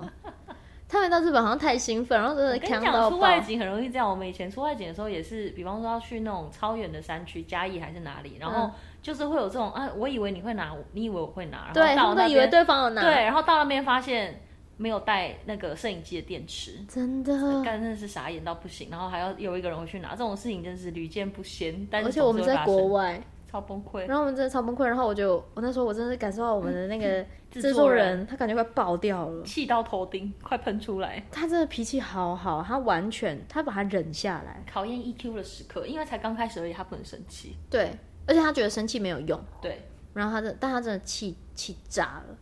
他们到日本好像太兴奋，然后真的跟你扛讲，到出爆。外景很容易这样。我们以前出外景的时候也是，比方说要去那种超远的山区，嘉义还是哪里，然嗯后就是会有这种啊，我以为你会拿，你以为我会拿，然后对，他到们都那以为边对方有拿，对，然后到那边发现没有带那个摄影机的电池。真的。干真的是傻眼到不行，然后还要有一个人回去拿，这种事情真是屡见不鲜。但是而且我们总是会在发生国外，超崩溃，然后我们真的超崩溃。然后我就，我那时候我真的是感受到我们的那个 制制作作人，他感觉快爆掉了。气到头顶快喷出来。他真的脾气好好，他完全他把他忍下来。考验 EQ 的时刻，因为才刚开始而已，他不能生气。对，而且他觉得生气没有用，对，然后他真，但他真的气气炸了，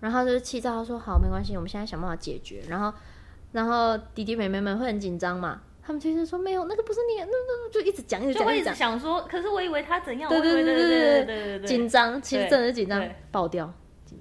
然后他就是气炸，他说好，没关系，我们现在想办法解决。然后，然后弟弟妹妹们会很紧张嘛，他们就是说没有，那个不是你，那那那就一直讲，一直就讲，会一一直直讲，想说，可是我以为他怎样，对我以为对对对对对对对紧张，其实真的是紧张对，爆掉，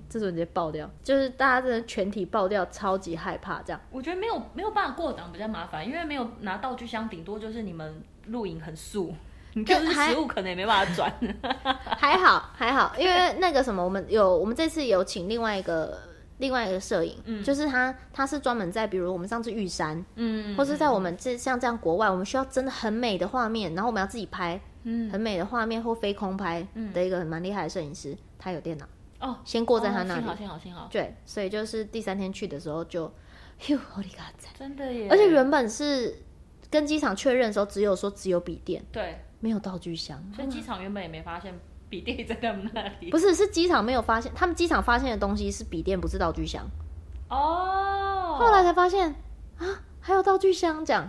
这时候你直接爆掉，就是大家真的全体爆掉，超级害怕 这样。我觉得没有没有办法过档比较麻烦，因为没有拿道具箱，顶多就是你们露营很素，你就但是哎还食物可能也没办法转。 还好还好，因为那个什么，我们有我们这次有请另外一个另外一个摄影，就是他他是专门在比如我们上次玉山，嗯，或是在我们这像这样国外，我们需要真的很美的画面，然后我们要自己拍，嗯很美的画面或飞空拍的一个很蛮厉害的摄影师，他有电脑，哦，先过在他那哦幸里，好幸好幸好，对，所以就是第三天去的时候就，哟，我的个真的耶！而且原本是跟机场确认的时候，只有说只有笔电，对，没有道具箱。所以机场原本也没发现比例在他们那嗯里。不是，是机场没有发现，他们机场发现的东西是笔电，不是道具箱。哦，后来才发现啊，还有道具箱这样。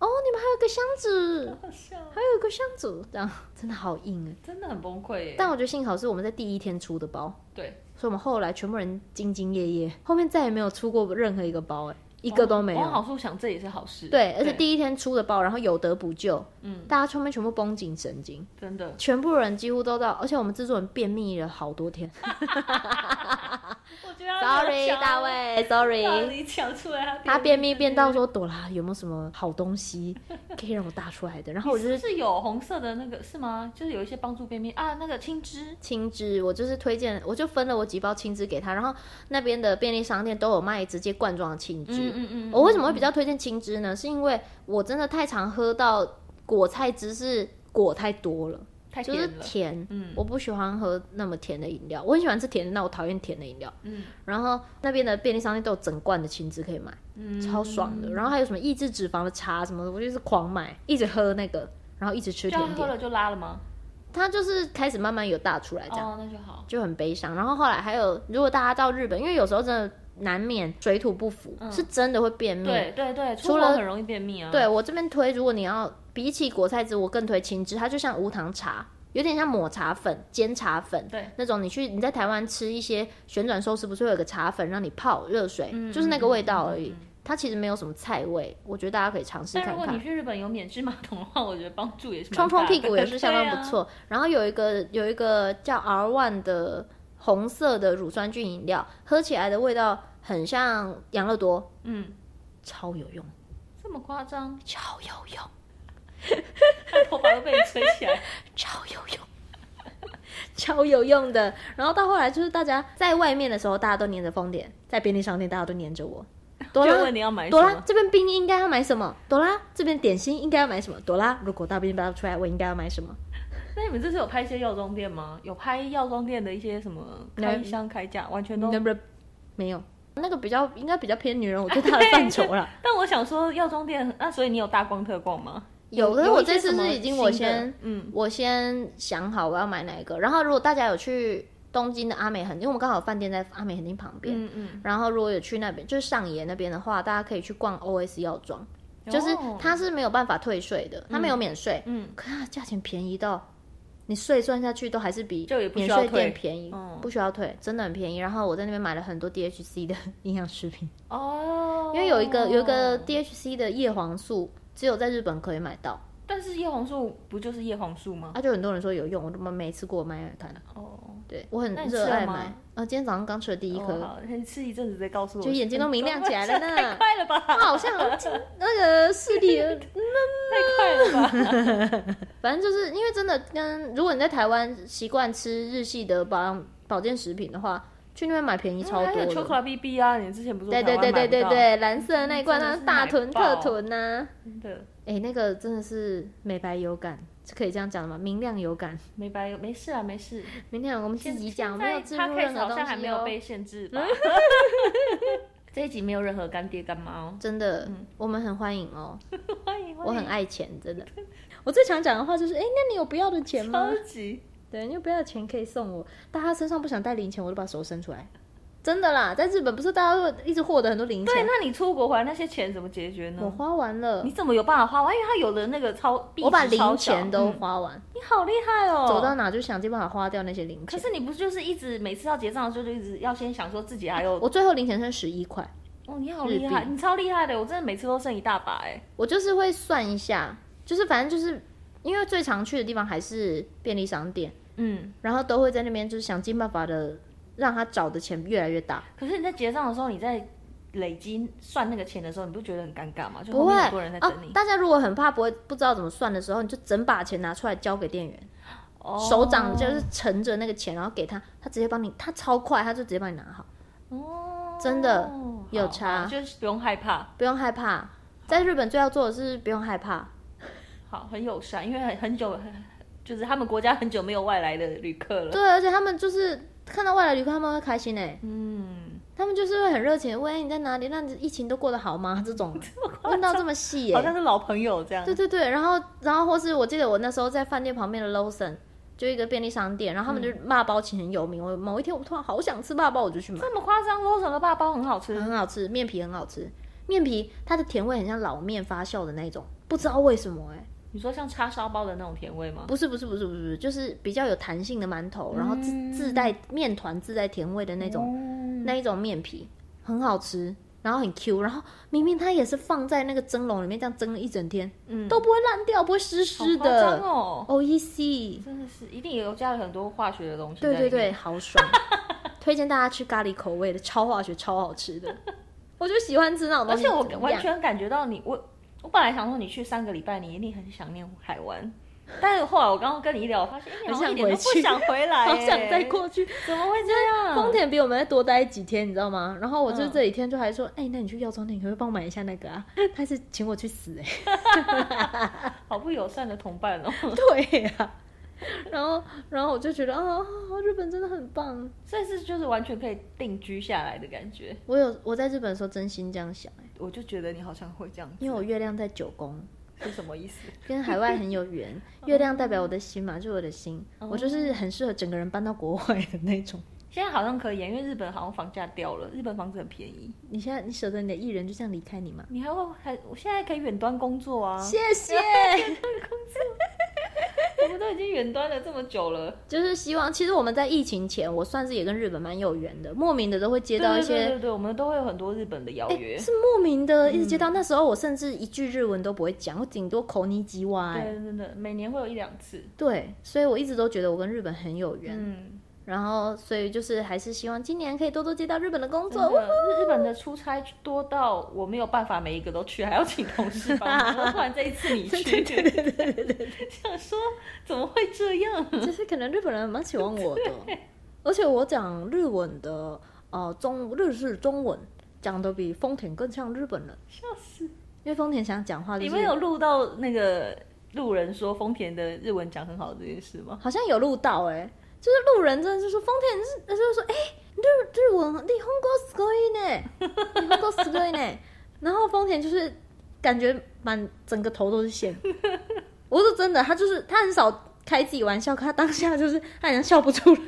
哦，你们还有一个箱子，好笑哦还有一个箱子，这样真的好硬哎、真的很崩溃耶。但我觉得幸好是我们在第一天出的包，对，所以我们后来全部人兢兢业业，后面再也没有出过任何一个包哎、一个都没有。往哦好处想，这也是好事。对，而且第一天出的包，然后有得补救，嗯，大家后面全部绷紧神经，真的全部人几乎都到，而且我们制作人便秘了好多 天。我觉得他没 Sorry，有讲大卫，Sorry，你讲出来他他便秘便到说说，朵拉有没有什么好东西 可以让我大出来的？然后我就是是是有红色的那个是吗？就是有一些帮助便秘啊，那个青汁青汁，我就是推荐，我就分了我几包青汁给他，然后那边的便利商店都有卖直接罐装的青汁。嗯嗯我为什么会比较推荐青汁呢？是因为我真的太常喝到果菜汁是果太多了，太就甜是了？甜。嗯我不喜欢喝那么甜的饮料，我很喜欢吃甜的，那我讨厌甜的饮料。嗯然后那边的便利商店都有整罐的青汁可以买，嗯超爽的。然后还有什么抑制脂肪的茶什么的，我就是狂买，一直喝那个，然后一直吃这样甜喝点。了就拉了吗？它就是开始慢慢有大出来这样。哦，那就好。就很悲伤。然后后来还有，如果大家到日本，因为有时候真的难免水土不服，是真的会便秘。嗯对对对，嗯出除国了很容易便秘啊。对我这边推，如果你要比起果菜汁，我更推青汁，它就像无糖茶，有点像抹茶粉、煎茶粉。对，那种你去你在台湾吃一些旋转寿司，不是会有个茶粉让你泡热水，嗯就是那个味道而已。它其实没有什么菜味，我觉得大家可以尝试但看如果看你。去日本有免治马桶的话，我觉得帮助也是蛮冲冲大的屁股也是相当对不啊错。然后有一个有一个叫 R One 的红色的乳酸菌饮料，喝起来的味道很像养乐多，嗯，超有用，这么夸张，超有用，他头发都被你吹起 来。超有用。 超有用的，然后到后来就是大家在外面的时候，大家都黏着风点，在便利商店大家都黏着我。就朵拉问，你要买什朵拉么？这边冰应该要买什么？朵拉这边点心应该要买什么？朵拉如果大便包出来，我应该要买什么？那你们这次有拍一些药妆店吗？有拍药妆店的一些什么开箱开架，完全都。没有，那个比较应该比较偏女人，我最大的范畴了。 但我想说，药妆店那所以你有大逛特逛吗？有，可是有我一些这次什么是已经我新的先嗯我先想好我要买哪一个。然后如果大家有去东京的阿美横，因为我们刚好饭店在阿美横町旁边，嗯嗯，然后如果有去那边就是上野那边的话，大家可以去逛 OS 药妆，就是哦它是没有办法退税的，它没有免税，嗯可是它价钱便宜到。你税算下去都还是比就也不需免要税退店便宜嗯，不需要退，真的很便宜。然后我在那边买了很多 DHC 的 营养食品，哦，因为有一个有一个 DHC 的叶黄素，只有在日本可以买到，但是叶黄素不就是叶黄素吗？啊，就很多人说有用，我他妈没吃过，买买看。哦，对我很那你吃热爱了吗买，啊，今天早上刚吃了第一颗，哦好，先吃一阵子再告诉我，就眼睛都明亮起来了 呢太快了吧？哇好像 那个视力，太快了吧？反正就是因为真的跟如果你在台湾习惯吃日系的保养保健食品的话，去那边买便宜超嗯还多有的。秋可 B B 啊，你之前不是对对对对对对，蓝色的那一罐真啊的，是大奶臀爆特臀呐、啊，真的哎、那个真的是美白有感，是可以这样讲的吗？明亮有感，没白没事啊，没事。明亮我们自己讲，我没有植入他任何好东像还西没有哦。被限 制吧？这一集没有任何干爹干妈哦，真的，我们很欢迎哦。欢迎欢迎，我很爱钱，真的。我最常讲的话就是，哎、那你有不要的钱吗超？级对，你有不要的钱可以送我。大家身上不想带零钱，我就把手伸出来。真的啦，在日本不是大家会一直获得很多零对。钱，那你出国回来那些钱怎么解决我呢？花完了你，怎么有办法花完？因为他有的那个超，币我把值超零小钱都嗯花完，你好厉害哦！走到哪就想尽办法花掉那些零可钱。是你不是就是一直每次要结账的时候就一直要先想说自己还有我最后零钱剩十一块，哦，你好厉害，日币你超厉害的，我真的每次都剩一大把哎。我就是会算一下，就是反正就是因为最常去的地方还是便利商店，嗯，然后都会在那边就是想尽办法的让他找的钱越来越大。可是你在结账的时候，你在累积算那个钱的时候，你不觉啊得很尴尬吗？就不后会面很多人在哦等你，，大家如果很怕不会不知道怎么算的时候，你就整把钱拿出来交给店员，哦手掌就是盛着那个钱，然后给他，他直接帮你，他超快，他就直接帮你拿好，哦，真的好有差好就是不用害怕，不用害怕。在日本最要做的是不用害怕，好，很友善，因为很很久，就是他们国家很久没有外来的旅客了。对，而且他们就是看到外来旅客他们会开心哎、嗯，他们就是会很热情，喂，你在哪里？那你疫情都过得好吗？这 种问到这么细耶、好像是老朋友这样。对对对，然后然后或是我记得我那时候在饭店旁边的 Lawson 就一个便利商店，然后嗯他们就辣包其实很有名。我某一天我突然好想吃辣包，我就去买，这么夸张，Lawson 的辣包很好吃，很好吃，面皮很好吃，面皮它的甜味很像老面发酵的那种，不知道为什么哎、你说像叉烧包的那种甜味吗？不是不是不是不是，就是比较有弹性的馒头，然后自嗯自带面团自带甜味的那种、种那一种面皮，很好吃，然后很 Q，然后明明它也是放在那个蒸笼里面这样蒸了一整天，嗯都不会烂掉，不会湿湿好夸张的，哦，哦 E C，真的是一定也有加了很多化学的东西。对对对，，好爽，推荐大家吃咖喱口味的，超化学超好吃的，我就喜欢吃那种而东西，且我怎么完样全感觉到你，我我本来想说你去三个礼拜，你一定很想念海湾，但是后来我刚刚跟你一聊，我发现哎你好像一点都不很想想回回来，好想再，过去。怎么会这样？丰田比我们再多待几天，你知道吗？然后我就嗯这几天就还说，哎、那你去药妆店可不可以帮我买一下那个啊？他是请我去死哎、好不友善的同伴哦。 对呀、然后然后我就觉得啊、日本真的很棒。所以是就是完全可以定居下来的感觉。我有我在日本的时候真心这样想哎、我就觉得你好像会这样子，因为我月亮在九宫，是什么意思？跟海外很有 缘。月亮代表我的心嘛，就是我的心，我就是很适合整个人搬到国外的那种。现在好像可以，因为日本好像房价掉了，日本房子很便宜。你现在你舍得你的艺人就这样离开你吗？你还会还，我现在可以远端工作 啊！谢谢。我们都已经远端了这么久了， 就是希望，其实我们在疫情前，我算是也跟日本蛮有缘的，莫名的都会接对到一对些，对对对，我们都会有很多日本的邀约。是莫名的一直接嗯到。那时候我甚至一句日文都不会讲，我顶多口尼基哇、对欸。对对对，每年会有一两次。对，所以我一直都觉得我跟日本很有缘，嗯，然后所以就是还是希望今年可以多多接到日本的工真作。的呜日日本的出差多到我没有办法每一个都去，还要请同事帮忙。然后突然这一次你去， 对对对对对，想说怎么会这 样？就是可能日本人蛮喜欢 我的，而且我讲日文的，呃，中日式中文讲的比丰田更像日本人，笑死！因为丰田想讲话、就是，你们有录到那个路人说丰田的日文讲很好这件事吗？好像有录到哎、就是路人真的就说丰田是，就是说哎、日日文你红国すごい呢，你红国すごい呢。然后丰田就是感觉满整个头都是线，我是真的，他就是他很少开自己玩笑，可他当下就是他好像笑不出来，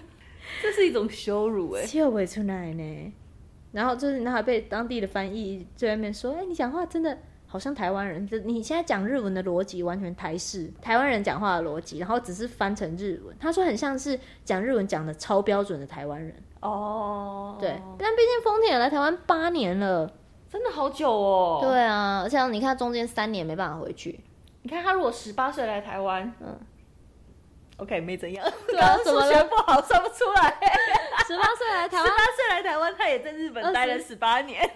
这是一种羞辱哎、笑不出来呢。然后就是他还被当地的翻译就在那边说，哎、你讲话真的。好像台湾人，就你现在讲日文的逻辑完全台式，台湾人讲话的逻辑，然后只是翻成日文。他说很像是讲日文讲的超标准的台湾人，哦，对。但毕竟丰田也来台湾八年了，真的好久哦。，对啊，像你看中间三年没办法回去，你看他如果十八岁来台湾，嗯嗯，OK 没怎样，对啊 刚刚怎么数了学不好算不出来、十八岁来台十湾八岁来台湾，他也在日本待了十八年。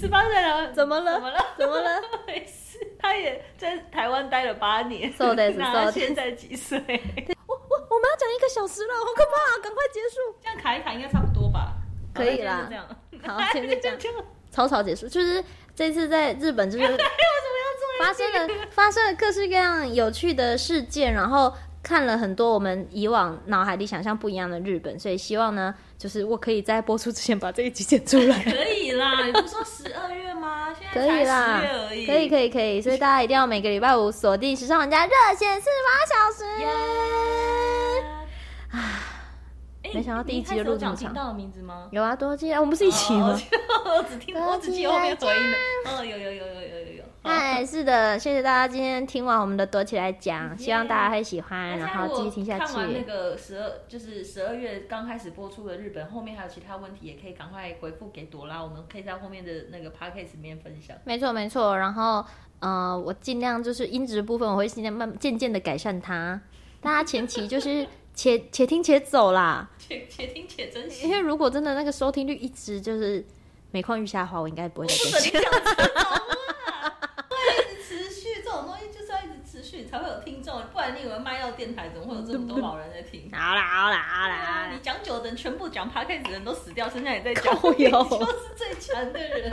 十八岁来台湾怎么了怎么了？怎么了？ 没事，他也在台湾待了八年。 So this, so 那他 this 现在几岁？我 我我们要讲一个小时了，好可怕、啊赶快结束。这样卡一卡应该差不多吧？可以啦好那今天好，先就就这样。，这样就这样。草草结束。就是这次在日本， 就是为发什生么要做？了发生了各式各样有趣的事件，然后看了很多我们以往脑海里想象不一样的日本，所以希望呢，就是我可以在播出之前把这一集剪出来。 可以啦，你不是说十二月吗？现可在以才啦十月而已。，可以可以可以，所以大家一定要每个礼拜五锁定时尚玩家热线四十八小时。哎没想到第一集就录这么长你开始有讲频道的名字吗？有啊，多记啊，我们不是一起吗？哦我只听， 我只记得后面回音的。哦，有有有有有有有。哎、是的，谢谢大家今天听完我们的躲起来讲，希望大家会喜欢，然后继续听下看完那去。个十二，就是十二月刚开始播出的日本，后面还有其他问题，也可以赶快回复给朵拉，我们可以在后面的那个 podcast 里面分享。没错没错，然后呃，我尽量就是音质部分，我会尽量慢渐渐的改善它。大家前期就是 且且听且走啦， 且且听且珍惜 因。为如果真的那个收听率一直就是每况愈下的话，我应该不会再不更准新。你讲这种话，对，一直持续这种东西就是要一直持续，你才会有听众，不然你以为卖药电台怎么会有这么多老人在 听？好啦好啦好啦好啊！啦你，讲久的人全部讲 p o d c a s 的人都死掉，剩下你在讲，靠 你腰就是最强的人。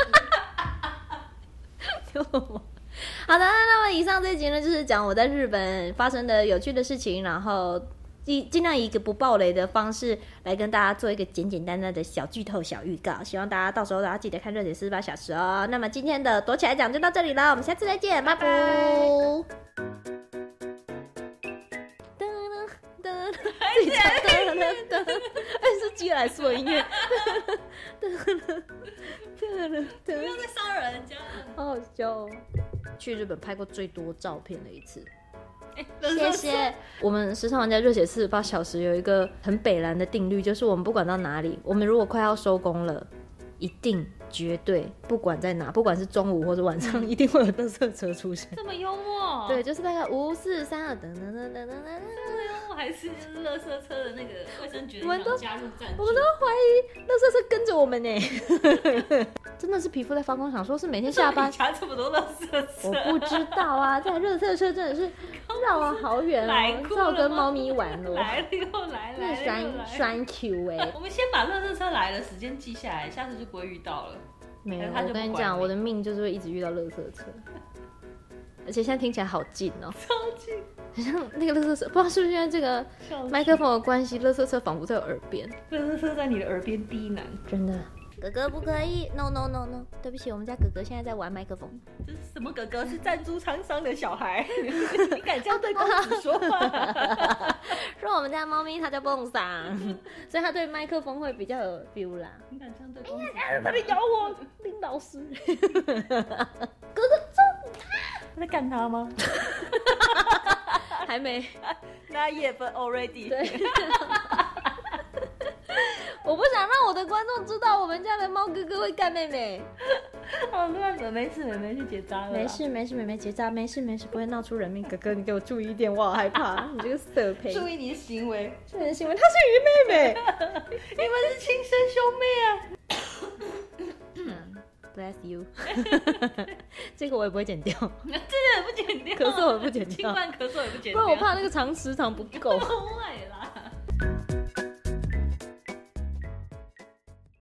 好的，那么以上这一集呢，就是讲我在日本发生的有趣的事情，然后。以尽量以一个不暴雷的方式来跟大家做一个简简单单的小剧透、小预告，希望大家到时候大家记得看《热点四十八小时》哦。那么今天的躲起来讲就到这里了，我们下次再见，拜拜。噔噔噔，自己唱噔噔噔，哎，是居来说音乐， 噔噔噔不噔，要再骚扰人家了。好好笑哦！去日本拍过最多照片的一次。哎谢。谢。我们时尚玩家热血四十八小时有一个很北蓝的定律，就是我们不管到哪里，我们如果快要收工了，一定绝对不管在哪，不管是中午或者晚上，一定会有垃圾车出现。这么幽默，对，，就是大概五四三二等等等等等等，幽默还是垃圾车的那个卫生局的我们都想加入战我们都怀疑垃圾车跟着我们呢。 真的是皮肤在发光，想说是每天下班。加这么多垃圾我车，不知道啊，在热车车真的是绕了好远来哦，过绕了跟吗猫咪玩哦，来了又来，真的来了又栓来。栓 Q 哎、我们先把垃圾车来的时间记下来，下次就不会遇到了。没有，可是他就我跟不你管讲，你我的命就是会一直遇到垃圾车，而且现在听起来好近哦、超级好像 那个垃圾车，不知道是不是因为这个笑死，麦克风的关系，垃圾车仿佛在我耳边，垃圾车在你的耳边低喃，真的。哥哥不可以，no no no no，对不起，我们家哥哥现在在玩麦克风。这是什么哥哥？是赞助厂商的 小孩，你敢这样对公子说话？说我们家猫咪它叫蹦桑， 所以它对麦克风会比较有 feel 啦。你敢这样对公子？哎它在咬我，林老师。 他在干他 吗还没， ？Not yet, but already。对。 我不想让我的观众知道我们家的猫哥哥会干妹妹。好乱了，没事，没事，结扎了。没。事没事，妹妹结扎，没事没事，不会闹出人命。哥哥，你给我注意一点，我好害 怕。你这个色胚，注意你的行为，这人行为，她是鱼妹妹。你们是亲生兄妹啊！ Bless you，这个我也不会剪 掉，真的不剪掉，啊咳嗽我不剪掉尽管咳嗽也不剪不掉，然我怕那个长时长不够。坏了。